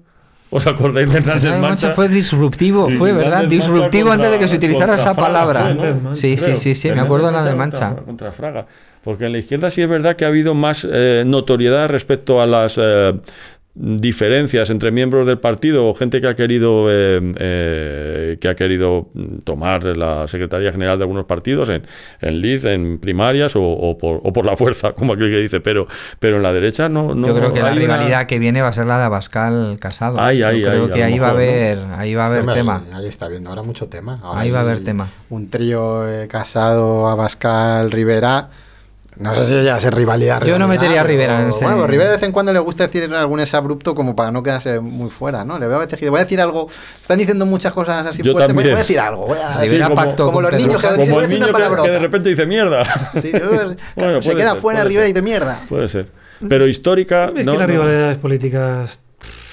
Speaker 1: ¿Os acordáis de Hernández
Speaker 3: Hernández Mancha
Speaker 1: Mancha?
Speaker 3: fue disruptivo,
Speaker 1: Sí,
Speaker 3: fue,
Speaker 1: Hernández
Speaker 3: ¿verdad?
Speaker 1: Mancha
Speaker 3: Disruptivo
Speaker 1: contra-
Speaker 3: antes de que se utilizara
Speaker 1: contra
Speaker 3: esa
Speaker 1: Fraga
Speaker 3: palabra.
Speaker 1: fue, ¿no?
Speaker 3: Sí, sí,
Speaker 1: Creo.
Speaker 3: sí, sí, me
Speaker 1: Hernández
Speaker 3: acuerdo de la de
Speaker 1: contra-
Speaker 3: Mancha.
Speaker 1: Contra, Fraga. Porque en la izquierda sí es verdad que ha habido más eh, notoriedad respecto a las eh, diferencias entre miembros del partido o gente que ha querido eh, eh, que ha querido mm, tomar la secretaría general de algunos partidos en, en lid, en primarias o, o por, o por la fuerza, como aquel que dice, pero pero en la derecha no, no
Speaker 3: Yo creo que la
Speaker 1: hay una-
Speaker 3: rivalidad que viene va a ser la de Abascal Casado.
Speaker 1: Ay,
Speaker 3: Yo
Speaker 1: ay,
Speaker 3: creo
Speaker 1: ay,
Speaker 3: que
Speaker 1: a lo
Speaker 3: ahí va
Speaker 1: mejor, ¿no?
Speaker 3: a haber, ahí va a haber
Speaker 4: Hombre,
Speaker 3: tema.
Speaker 4: Ahí, ahí está viendo, ahora mucho tema. Ahora
Speaker 3: Ahí va a
Speaker 4: hay
Speaker 3: haber tema.
Speaker 4: Un trío eh, casado, Abascal, Rivera. No sé si ya es rivalidad.
Speaker 3: Yo no
Speaker 4: rivalidad,
Speaker 3: metería a
Speaker 4: pero-
Speaker 3: Rivera en ese-
Speaker 4: Bueno, pues Rivera de vez en cuando le gusta decir algún abrupto como para no quedarse muy fuera, ¿no? Le voy a veces voy a decir algo. Están diciendo muchas cosas así
Speaker 1: Yo
Speaker 4: fuertes.
Speaker 1: también.
Speaker 4: Voy a decir algo. voy a-
Speaker 1: Sí,
Speaker 3: Rivera
Speaker 1: como-
Speaker 3: pactó
Speaker 4: como
Speaker 3: con
Speaker 4: los
Speaker 3: Pedro
Speaker 4: niños que-
Speaker 3: Sánchez.
Speaker 4: Sí,
Speaker 1: como
Speaker 4: voy a
Speaker 1: el
Speaker 4: decir
Speaker 1: niño
Speaker 4: una
Speaker 1: que, que
Speaker 4: palabrota.
Speaker 1: de repente dice mierda.
Speaker 4: Sí, yo-
Speaker 1: Bueno,
Speaker 4: se
Speaker 1: puede
Speaker 4: queda
Speaker 1: ser,
Speaker 4: fuera
Speaker 1: puede
Speaker 4: Rivera
Speaker 1: ser.
Speaker 4: y de mierda.
Speaker 1: Puede ser. Pero histórica.
Speaker 2: Es
Speaker 1: no,
Speaker 2: que las
Speaker 1: no.
Speaker 2: rivalidades políticas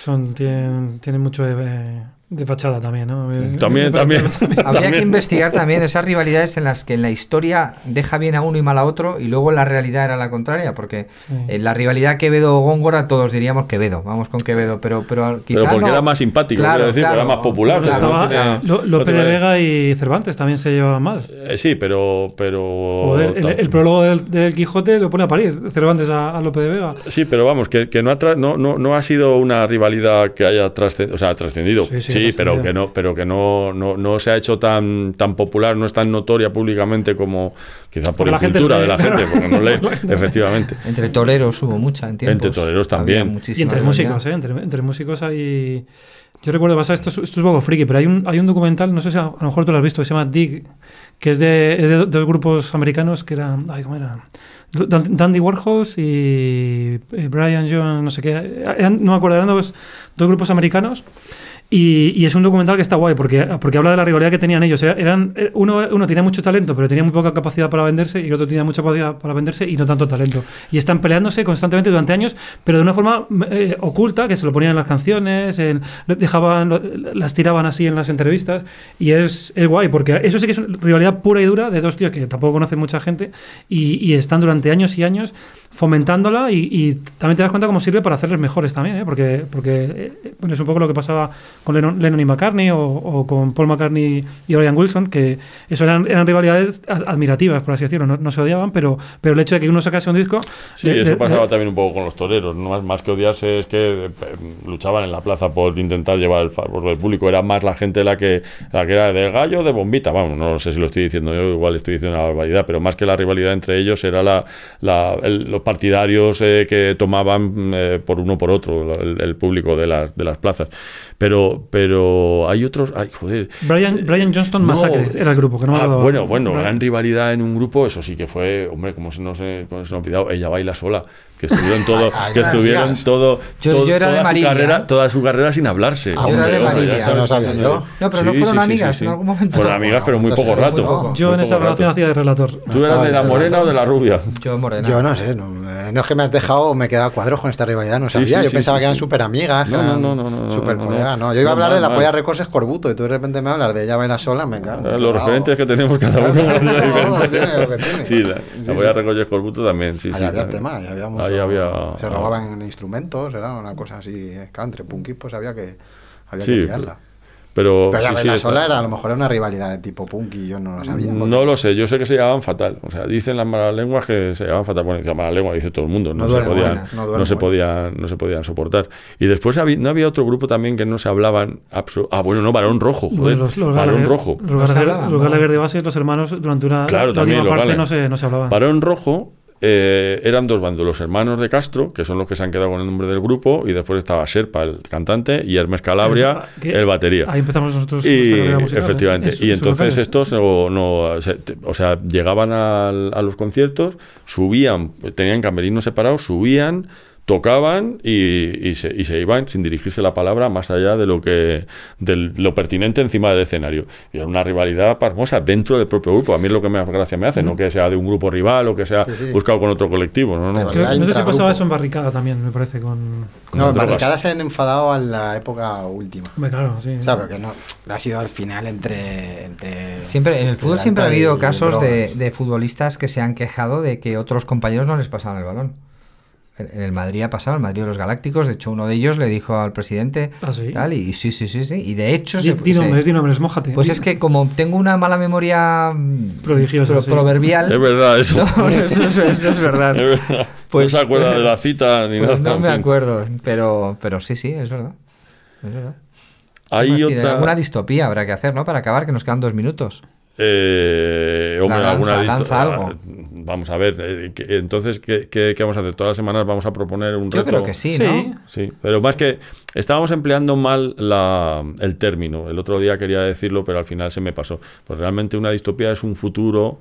Speaker 2: son, tienen, tienen mucho de, de fachada también, ¿no?
Speaker 1: También, también.
Speaker 3: Habría que investigar también esas rivalidades en las que en la historia deja bien a uno y mal a otro y luego en la realidad era la contraria, porque
Speaker 2: Sí.
Speaker 3: en la rivalidad Quevedo-Góngora todos diríamos Quevedo, vamos con Quevedo, pero, pero quizá
Speaker 1: Pero porque
Speaker 3: no-
Speaker 1: era más simpático,
Speaker 3: Claro,
Speaker 1: quiero decir,
Speaker 3: claro.
Speaker 1: era más popular.
Speaker 3: Porque
Speaker 1: pero no
Speaker 2: Estaba-
Speaker 1: tiene-
Speaker 2: Lo-
Speaker 1: no
Speaker 2: Lope
Speaker 1: tiene-
Speaker 2: de Vega y Cervantes también se llevaban mal.
Speaker 1: Eh, sí, pero. pero
Speaker 2: Joder, el, el prólogo del, del Quijote lo pone a parir Cervantes a, a Lope de Vega.
Speaker 1: Sí, pero vamos, que, que no, ha tra- no, no, no ha sido una rivalidad que haya trascendido. O sea, ha trascendido.
Speaker 2: Sí,
Speaker 1: Sí,
Speaker 2: sí, trascendido.
Speaker 1: pero que no, pero que no, no, no se ha hecho tan, tan popular, no es tan notoria públicamente como quizá por
Speaker 2: Porque la gente
Speaker 1: cultura
Speaker 2: lee,
Speaker 1: de la
Speaker 2: claro.
Speaker 1: gente, porque no lee,
Speaker 2: Por la gente.
Speaker 1: efectivamente.
Speaker 3: Entre toreros hubo mucha en tiempos.
Speaker 1: Entre toreros
Speaker 3: Había
Speaker 1: también.
Speaker 3: muchísima
Speaker 2: Y entre
Speaker 3: rivalidad.
Speaker 2: músicos, ¿eh? Entre, entre músicos hay... Yo recuerdo, pasa, esto, es- esto es un poco friki, pero hay un, hay un documental, no sé si a, a lo mejor tú lo has visto, que se llama Dig, que es de, es de do- dos grupos americanos que eran... Ay, ¿cómo era? Du- Dan- Dandy Warhols y eh, Brian Jones, no sé qué. eh, eran- no me acuerdo, eran dos, dos grupos americanos. Y, y es un documental que está guay porque, porque habla de la rivalidad que tenían ellos. Era- Eran, eh, uno, uno tenía mucho talento, pero tenía muy poca capacidad para venderse, y el otro tenía mucha capacidad para venderse y no tanto talento. Y están peleándose constantemente durante años, pero de una forma mm, eh, oculta, que se lo ponían en las canciones, en- lo dejaban, lo- las tiraban así en las entrevistas. Y es, es guay porque eso sí que es una rivalidad pura y dura de dos tíos que tampoco conocen mucha gente y, y están durante años y años fomentándola y, y también te das cuenta cómo sirve para hacerles mejores también, ¿eh? porque, porque eh, eh, bueno, es un poco lo que pasaba con Lennon, Lennon y McCartney o, o con Paul McCartney y Brian Wilson, que eso eran, eran rivalidades ad- admirativas, por así decirlo, no, no se odiaban, pero, pero el hecho de que uno sacase un disco...
Speaker 1: Sí,
Speaker 2: de-
Speaker 1: eso
Speaker 2: de-
Speaker 1: pasaba
Speaker 2: de-
Speaker 1: también un poco con los toreros. No más, más que odiarse es que eh, luchaban en la plaza por intentar llevar el favor del público. Era más la gente la que, la que era del gallo o de bombita. Vamos, no sé si lo estoy diciendo yo, igual estoy diciendo una barbaridad, pero más que la rivalidad entre ellos era la, la- el- los partidarios eh, que tomaban eh, por uno por otro el, el público de las, de las plazas. Pero, pero hay otros. Ay, joder.
Speaker 2: Brian, Brian Johnston
Speaker 1: No.
Speaker 2: Massacre era el grupo, que no me
Speaker 1: Ah,
Speaker 2: acuerdo.
Speaker 1: bueno, bueno,
Speaker 2: Brian-
Speaker 1: gran rivalidad en un grupo, eso sí que fue, hombre, como se no se, como se me ha olvidado, ella baila sola, que estuvieron todo, que estuvieron
Speaker 4: gracias.
Speaker 1: todo,
Speaker 3: Yo-
Speaker 1: todo-
Speaker 3: yo era de
Speaker 1: toda, su
Speaker 3: Marilia.
Speaker 1: carrera, toda su carrera sin hablarse.
Speaker 3: Yo era
Speaker 4: Ah,
Speaker 1: Hombre,
Speaker 3: de
Speaker 1: hombre,
Speaker 3: Marilia.
Speaker 1: ya está.
Speaker 4: Eso no sabía yo.
Speaker 3: No, pero no
Speaker 1: Sí,
Speaker 3: fueron
Speaker 1: sí, sí,
Speaker 3: amigas
Speaker 1: sí,
Speaker 3: en
Speaker 1: sí.
Speaker 3: algún momento.
Speaker 1: Fueron amigas, pero muy
Speaker 4: Entonces,
Speaker 1: poco
Speaker 4: muy
Speaker 1: rato.
Speaker 4: poco.
Speaker 1: muy
Speaker 2: Yo en
Speaker 1: poco
Speaker 2: esa relación
Speaker 1: rato.
Speaker 2: hacía de relator.
Speaker 1: ¿Tú eras de la morena o de la rubia?
Speaker 2: ¿eh?
Speaker 3: Yo morena.
Speaker 4: Yo no sé, no, eh, no es que me has dejado, me he quedado a cuadros con esta rivalidad, no
Speaker 1: Sí,
Speaker 4: sabía.
Speaker 1: sí,
Speaker 4: yo
Speaker 1: sí,
Speaker 4: pensaba
Speaker 1: sí,
Speaker 4: que eran
Speaker 1: sí.
Speaker 4: súper amigas,
Speaker 1: No, no, no, no, no, no,
Speaker 4: súper colegas.
Speaker 1: no.
Speaker 4: No, yo iba a
Speaker 1: No,
Speaker 4: hablar
Speaker 1: mal,
Speaker 4: de la
Speaker 1: mal.
Speaker 4: polla Records Corbuto y tú de repente me hablas de ella baila sola, me encanta.
Speaker 1: Los referentes que tenemos cada uno.
Speaker 4: Claro,
Speaker 1: son
Speaker 4: claro,
Speaker 1: diferentes.
Speaker 4: Ah, tiene lo que tiene.
Speaker 1: Sí, la, la voy a recoger corbuto también. Sí, sí,
Speaker 4: Ahí había
Speaker 1: la-
Speaker 4: tema, ahí había mucho-
Speaker 1: Ahí había-
Speaker 4: Se robaban instrumentos, era una cosa así, eh, claro, entre punkis pues había que, había
Speaker 1: Sí,
Speaker 4: que liarla.
Speaker 1: Pero,
Speaker 4: Pero
Speaker 1: sí,
Speaker 4: ella
Speaker 1: sí,
Speaker 4: baila
Speaker 1: está- Mm,
Speaker 4: sola era, a lo mejor era una rivalidad de tipo punky, yo no lo sabía. porque
Speaker 1: No lo sé, yo sé que se llevaban fatal. O sea, dicen las malas lenguas que se llevaban fatal. Bueno, dice malas lenguas, dice todo el mundo. No,
Speaker 4: No
Speaker 1: se,
Speaker 4: duermen
Speaker 1: podían,
Speaker 4: buenas, no
Speaker 1: no,
Speaker 4: duermen
Speaker 1: se
Speaker 4: buenas.
Speaker 1: podían, no se podían soportar. Y después habí- no había otro grupo también que no se hablaban. abso- Ah, bueno, no, varón rojo, joder.
Speaker 2: Bueno, los, los
Speaker 1: varón
Speaker 2: Gallagher-
Speaker 1: rojo.
Speaker 2: Los,
Speaker 3: No se
Speaker 2: Gallagher-
Speaker 3: hablaban,
Speaker 2: los
Speaker 3: ¿no?
Speaker 2: Gallagher de base, los hermanos, durante una
Speaker 1: Claro,
Speaker 2: la
Speaker 1: también
Speaker 2: última
Speaker 1: los
Speaker 2: parte
Speaker 1: Gallagher.
Speaker 2: no se, no se hablaban.
Speaker 1: Varón Rojo eh, eran dos bandos, los hermanos de Castro, que son los que se han quedado con el nombre del grupo, y después estaba Serpa, el cantante, y Hermes Calabria,
Speaker 2: Ah, que-
Speaker 1: el batería.
Speaker 2: Ahí empezamos nosotros.
Speaker 3: Pues
Speaker 1: Y,
Speaker 2: nuestra carrera musical,
Speaker 1: efectivamente.
Speaker 2: ¿eh? En sus-
Speaker 1: Y
Speaker 2: sus
Speaker 1: entonces
Speaker 2: locales.
Speaker 1: estos no, no- se- te- o sea, llegaban al- a los conciertos, subían, tenían camerinos separados, subían, tocaban y, y se, y se iban sin dirigirse la palabra más allá de lo que de lo pertinente encima del escenario. Y era una rivalidad pasmosa dentro del propio grupo. A mí es lo que más gracia me hace,
Speaker 3: Mm.
Speaker 1: no que sea de un grupo rival o que sea
Speaker 4: Sí, sí.
Speaker 1: buscado con otro colectivo. No, no.
Speaker 4: Rivalidad
Speaker 2: Creo- no sé si
Speaker 4: intragrupo.
Speaker 2: pasaba eso en Barricada también, me parece. Con...
Speaker 1: Con
Speaker 4: No, en
Speaker 1: drogas.
Speaker 4: barricadas se han enfadado a la época última.
Speaker 2: Hombre, claro, sí.
Speaker 4: O sea, pero que no. Ha sido al final entre. entre
Speaker 3: Siempre, en el fútbol
Speaker 4: entre
Speaker 3: siempre ha
Speaker 4: Alta
Speaker 3: habido
Speaker 4: y
Speaker 3: casos de,
Speaker 4: drogas.
Speaker 3: de futbolistas que se han quejado de que otros compañeros no les pasaban el balón. En en el Madrid ha pasado, el Madrid de los Galácticos, de hecho uno de ellos le dijo al presidente
Speaker 2: ¿Ah, sí?
Speaker 3: tal, y, y sí, sí, sí, sí, y de hecho
Speaker 2: Di,
Speaker 3: se,
Speaker 2: di
Speaker 3: se-
Speaker 2: nombres, di nombres, mójate.
Speaker 3: pues
Speaker 2: Di-
Speaker 3: es que como tengo una mala memoria mm,
Speaker 2: Prodigiosa,
Speaker 3: pro-
Speaker 2: sí.
Speaker 1: Es
Speaker 3: proverbial, pues
Speaker 1: verdad eso.
Speaker 3: no, esto es, esto es verdad,
Speaker 1: Es verdad.
Speaker 3: Pues-
Speaker 1: no se acuerda de la cita ni
Speaker 3: Pues
Speaker 1: nada.
Speaker 3: no
Speaker 1: en
Speaker 3: me
Speaker 1: fin.
Speaker 3: acuerdo, pero, pero sí, sí, es verdad. Es verdad. ¿Qué
Speaker 1: Hay
Speaker 3: más tiene?
Speaker 1: otra...
Speaker 3: Alguna distopía habrá que hacer, ¿no? Para acabar, que nos quedan dos minutos.
Speaker 1: Eh, hombre,
Speaker 3: La
Speaker 1: alguna
Speaker 3: lanza,
Speaker 1: disto-
Speaker 3: lanza algo.
Speaker 1: Ah, Vamos a ver. eh, que- entonces, ¿qué, qué, qué vamos a hacer? Todas las semanas vamos a proponer un
Speaker 3: Yo
Speaker 1: reto.
Speaker 3: creo que sí,
Speaker 2: Sí.
Speaker 3: ¿no?
Speaker 1: Sí, pero más que estábamos empleando mal la- el término. El otro día quería decirlo, pero al final se me pasó. Pues realmente una distopía es un futuro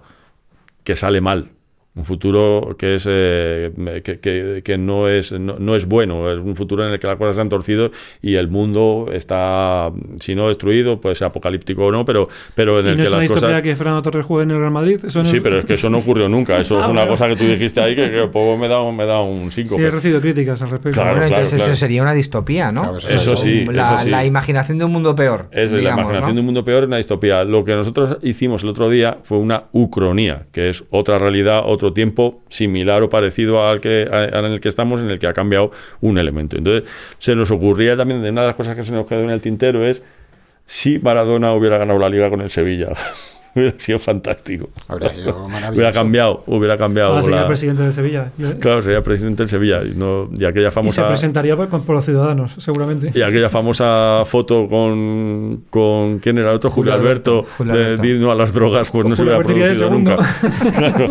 Speaker 1: que sale mal. Un futuro que es eh, que, que- que no es no, no es bueno, es un futuro en el que las cosas se han torcido y el mundo está, si no destruido, puede ser apocalíptico o no, pero, pero en
Speaker 2: Y
Speaker 1: el
Speaker 2: no
Speaker 1: que
Speaker 2: es una
Speaker 1: las
Speaker 2: historia
Speaker 1: cosas.
Speaker 2: que Fernando Torres juegue en el Real Madrid. Eso no
Speaker 1: Sí, pero es que eso no ocurrió nunca. Eso
Speaker 2: Ah,
Speaker 1: es una
Speaker 2: bueno.
Speaker 1: cosa que tú dijiste ahí que, que poco me da, un- me da un 5.
Speaker 2: Sí, he recibido críticas al respecto.
Speaker 1: Claro,
Speaker 3: bueno, entonces
Speaker 1: claro.
Speaker 3: eso sería una distopía, ¿no?
Speaker 4: Claro, eso
Speaker 1: Eso sí,
Speaker 3: la,
Speaker 1: eso sí.
Speaker 3: la imaginación de un mundo peor.
Speaker 1: Eso, y la
Speaker 3: digamos,
Speaker 1: imaginación
Speaker 3: ¿no?
Speaker 1: de un mundo peor es una distopía. Lo que nosotros hicimos el otro día fue una ucronía, que es otra realidad, otro tiempo similar o parecido al que a- al en el que estamos, en el que ha cambiado un elemento. Entonces, se nos ocurría también, de una de las cosas que se nos quedó en el tintero es si Maradona hubiera ganado la liga con el Sevilla. hubiera sido fantástico.
Speaker 4: Habría sido maravilloso.
Speaker 1: Hubiera cambiado, hubiera cambiado.
Speaker 2: Ahora sería
Speaker 1: la-
Speaker 2: el presidente de Sevilla. ¿eh? Y-
Speaker 1: Claro, sería presidente del Sevilla y, no, y aquella
Speaker 2: y se
Speaker 1: famosa...
Speaker 2: presentaría por, por los ciudadanos, seguramente.
Speaker 1: Y aquella famosa foto con, con ¿quién era el otro? Julio,
Speaker 3: Julio
Speaker 1: Alberto,
Speaker 3: Alberto, Julio
Speaker 1: de
Speaker 3: Alberto.
Speaker 1: Dino a las drogas, pues no se
Speaker 2: Julio
Speaker 1: hubiera
Speaker 2: Alberto iría de
Speaker 1: producido nunca. claro,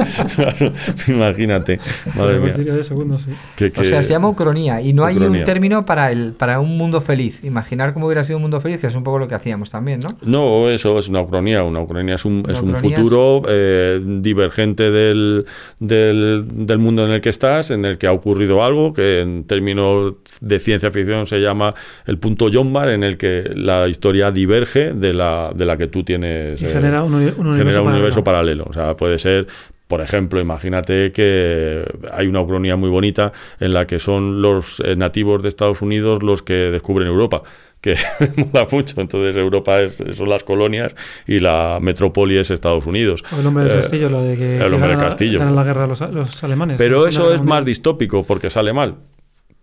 Speaker 1: claro, imagínate, madre
Speaker 2: Se
Speaker 1: mía.
Speaker 2: convertiría de segundo, sí.
Speaker 1: Que- que-
Speaker 3: O sea, se llama ucronía y no hay un
Speaker 1: Ucronía.
Speaker 3: término para el para un mundo feliz. Imaginar cómo hubiera sido un mundo feliz, que es un poco lo que hacíamos también, ¿no?
Speaker 1: No, eso es una ucronía. Una ucronía es un,
Speaker 3: Una
Speaker 1: es un
Speaker 3: ucronía es-
Speaker 1: futuro eh, divergente del, del, del mundo en el que estás, en el que ha ocurrido algo que en términos de ciencia ficción se llama el punto Yonbar, en el que la historia diverge de la, de la que tú tienes.
Speaker 2: Y
Speaker 1: eh,
Speaker 2: genera un, uni- un universo,
Speaker 1: genera un
Speaker 2: paralelo.
Speaker 1: universo paralelo. O sea, puede ser, por ejemplo, imagínate que hay una ucronía muy bonita en la que son los eh, nativos de Estados Unidos los que descubren Europa que mola mucho, entonces Europa es- son las colonias y la metrópoli es Estados Unidos.
Speaker 2: O el hombre del
Speaker 1: Eh,
Speaker 2: castillo, lo de que,
Speaker 1: el
Speaker 2: que
Speaker 1: hombre del
Speaker 2: gana-
Speaker 1: castillo.
Speaker 2: ganan la guerra los, los alemanes.
Speaker 1: Pero
Speaker 2: La
Speaker 1: eso
Speaker 2: Segunda
Speaker 1: es
Speaker 2: Guerra
Speaker 1: más
Speaker 2: Mundial.
Speaker 1: distópico porque sale mal.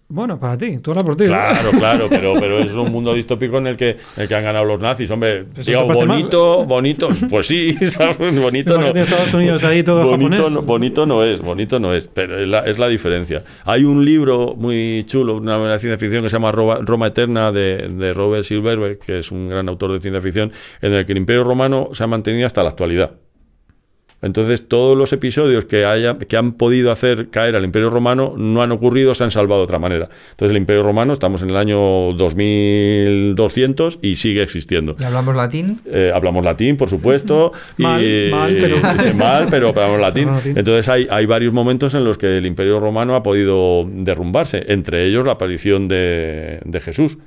Speaker 2: Bueno, para ti, tú hablas por ti. ¿eh? ¿no?
Speaker 1: Claro, claro, pero, pero es un mundo distópico en el que, en el que han ganado los nazis. Hombre,
Speaker 2: Eso
Speaker 1: digo,
Speaker 2: te parece
Speaker 1: bonito, bonito, pues sí, ¿sabes? bonito no.
Speaker 2: Imagínate Estados Unidos ahí todo
Speaker 1: bonito,
Speaker 2: japonés.
Speaker 1: no, bonito no es, bonito no es, pero es la, es la diferencia. Hay un libro muy chulo, una novela de ciencia ficción que se llama Roma, Roma Eterna de, de Robert Silverberg, que es un gran autor de ciencia ficción, en el que el Imperio Romano se ha mantenido hasta la actualidad. Entonces, todos los episodios que, haya, que han podido hacer caer al Imperio Romano no han ocurrido, se han salvado de otra manera. Entonces, el Imperio Romano, estamos en el año 2200 y sigue existiendo.
Speaker 3: Y hablamos latín.
Speaker 1: Eh, hablamos latín, por supuesto. y,
Speaker 2: Mal, mal, pero-
Speaker 1: mal, pero hablamos latín.
Speaker 2: Hablamos latín.
Speaker 1: Entonces hay, hay varios momentos en los que el imperio romano ha podido derrumbarse, entre ellos la aparición de, de Jesús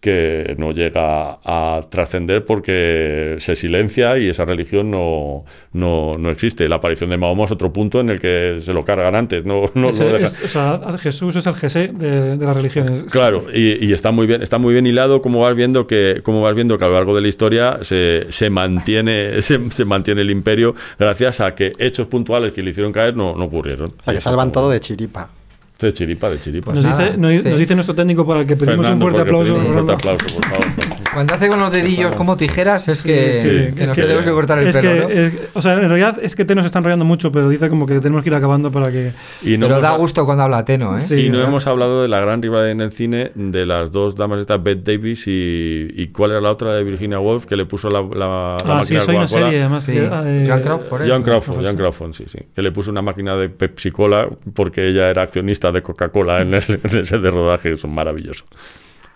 Speaker 1: que no llega a trascender porque se silencia y esa religión no, no, no existe. La aparición de Mahoma es otro punto en el que se lo cargan antes, no, no
Speaker 2: Ese
Speaker 1: lo dejan.
Speaker 2: es- o sea, Jesús es el GC de, de las religiones.
Speaker 1: Claro, y, y está muy bien, está muy bien hilado como vas viendo que, como vas viendo que a lo largo de la historia se, se mantiene, se, se mantiene el imperio gracias a que hechos puntuales que le hicieron caer no, no ocurrieron.
Speaker 4: O sea, que salvan todo de chiripa.
Speaker 1: De chiripa, de chiripa.
Speaker 2: nos,
Speaker 3: Pues nada,
Speaker 2: dice, nos,
Speaker 3: sí.
Speaker 2: nos dice nuestro técnico para el que pedimos
Speaker 1: Fernando,
Speaker 2: un fuerte
Speaker 1: porque
Speaker 2: aplauso.
Speaker 1: pedimos Un fuerte
Speaker 2: Fernando.
Speaker 1: aplauso, por favor.
Speaker 3: Cuando hace con los dedillos como tijeras, es
Speaker 2: Sí,
Speaker 3: que,
Speaker 2: sí,
Speaker 3: que
Speaker 2: es
Speaker 3: nos
Speaker 1: que-
Speaker 3: tenemos que cortar el
Speaker 2: Es
Speaker 3: pelo,
Speaker 2: que,
Speaker 3: ¿no?
Speaker 2: es- o sea, en realidad es que te nos está enrollando mucho, pero dice como que tenemos que ir acabando para que.
Speaker 1: Y no
Speaker 3: Pero
Speaker 1: hemos-
Speaker 3: da gusto cuando habla Teno, ¿eh?
Speaker 2: Sí.
Speaker 1: y no
Speaker 2: ¿verdad?
Speaker 1: hemos hablado de la gran rivalidad en el cine de las dos damas estas, Beth Davis y, y cuál era la otra de Virginia Woolf que le puso la, la, la
Speaker 2: ah, sí,
Speaker 1: máquina de
Speaker 2: soy una
Speaker 1: Coca-Cola.
Speaker 2: serie, además.
Speaker 3: Sí.
Speaker 2: que ah, era de-
Speaker 3: Joan Crawford, ¿eh?
Speaker 1: John Crawford,
Speaker 2: Crawford,
Speaker 1: John
Speaker 2: sí.
Speaker 1: Crawford, sí, sí. Que le puso una máquina de Pepsi Cola porque ella era accionista de Coca-Cola en el en el set de rodaje. Son maravillosos.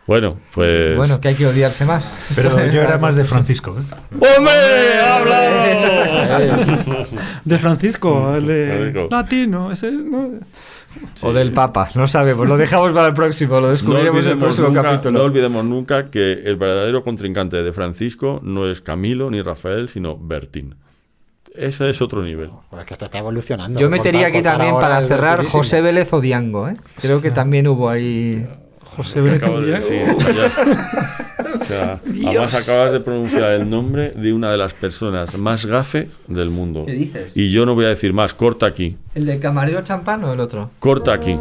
Speaker 1: Bueno, pues.
Speaker 3: Bueno, que hay que odiarse más.
Speaker 5: Pero yo era más de Francisco. ¿eh?
Speaker 1: ¡Hombre! ¡Ha hablado!
Speaker 2: De Francisco, el de.
Speaker 1: Francisco.
Speaker 2: Latino, ese. ¿no?
Speaker 3: O del Papa, no sabemos. Lo dejamos para el próximo, lo
Speaker 1: No
Speaker 3: descubriremos en el
Speaker 1: olvidemos,
Speaker 3: próximo
Speaker 1: nunca,
Speaker 3: capítulo.
Speaker 1: no olvidemos nunca que el verdadero contrincante de Francisco no es Camilo ni Rafael, sino Bertín. Ese es otro nivel.
Speaker 4: Pues es que esto está evolucionando.
Speaker 3: Yo metería
Speaker 4: Cortar-
Speaker 3: aquí
Speaker 4: cortar
Speaker 3: también
Speaker 4: ahora
Speaker 3: para
Speaker 4: es
Speaker 3: cerrar
Speaker 4: durísimo.
Speaker 3: José Vélez o Diango, ¿eh? Creo que también hubo ahí.
Speaker 2: José
Speaker 1: que
Speaker 2: Vélez.
Speaker 1: acabo de
Speaker 2: Díaz.
Speaker 1: decir. ya. O sea, además acabas de pronunciar el nombre de una de las personas más gafe del mundo.
Speaker 3: ¿Qué dices?
Speaker 1: Y yo no voy a decir más. Corta aquí.
Speaker 3: ¿El del camarero champán o el otro?
Speaker 1: Corta aquí.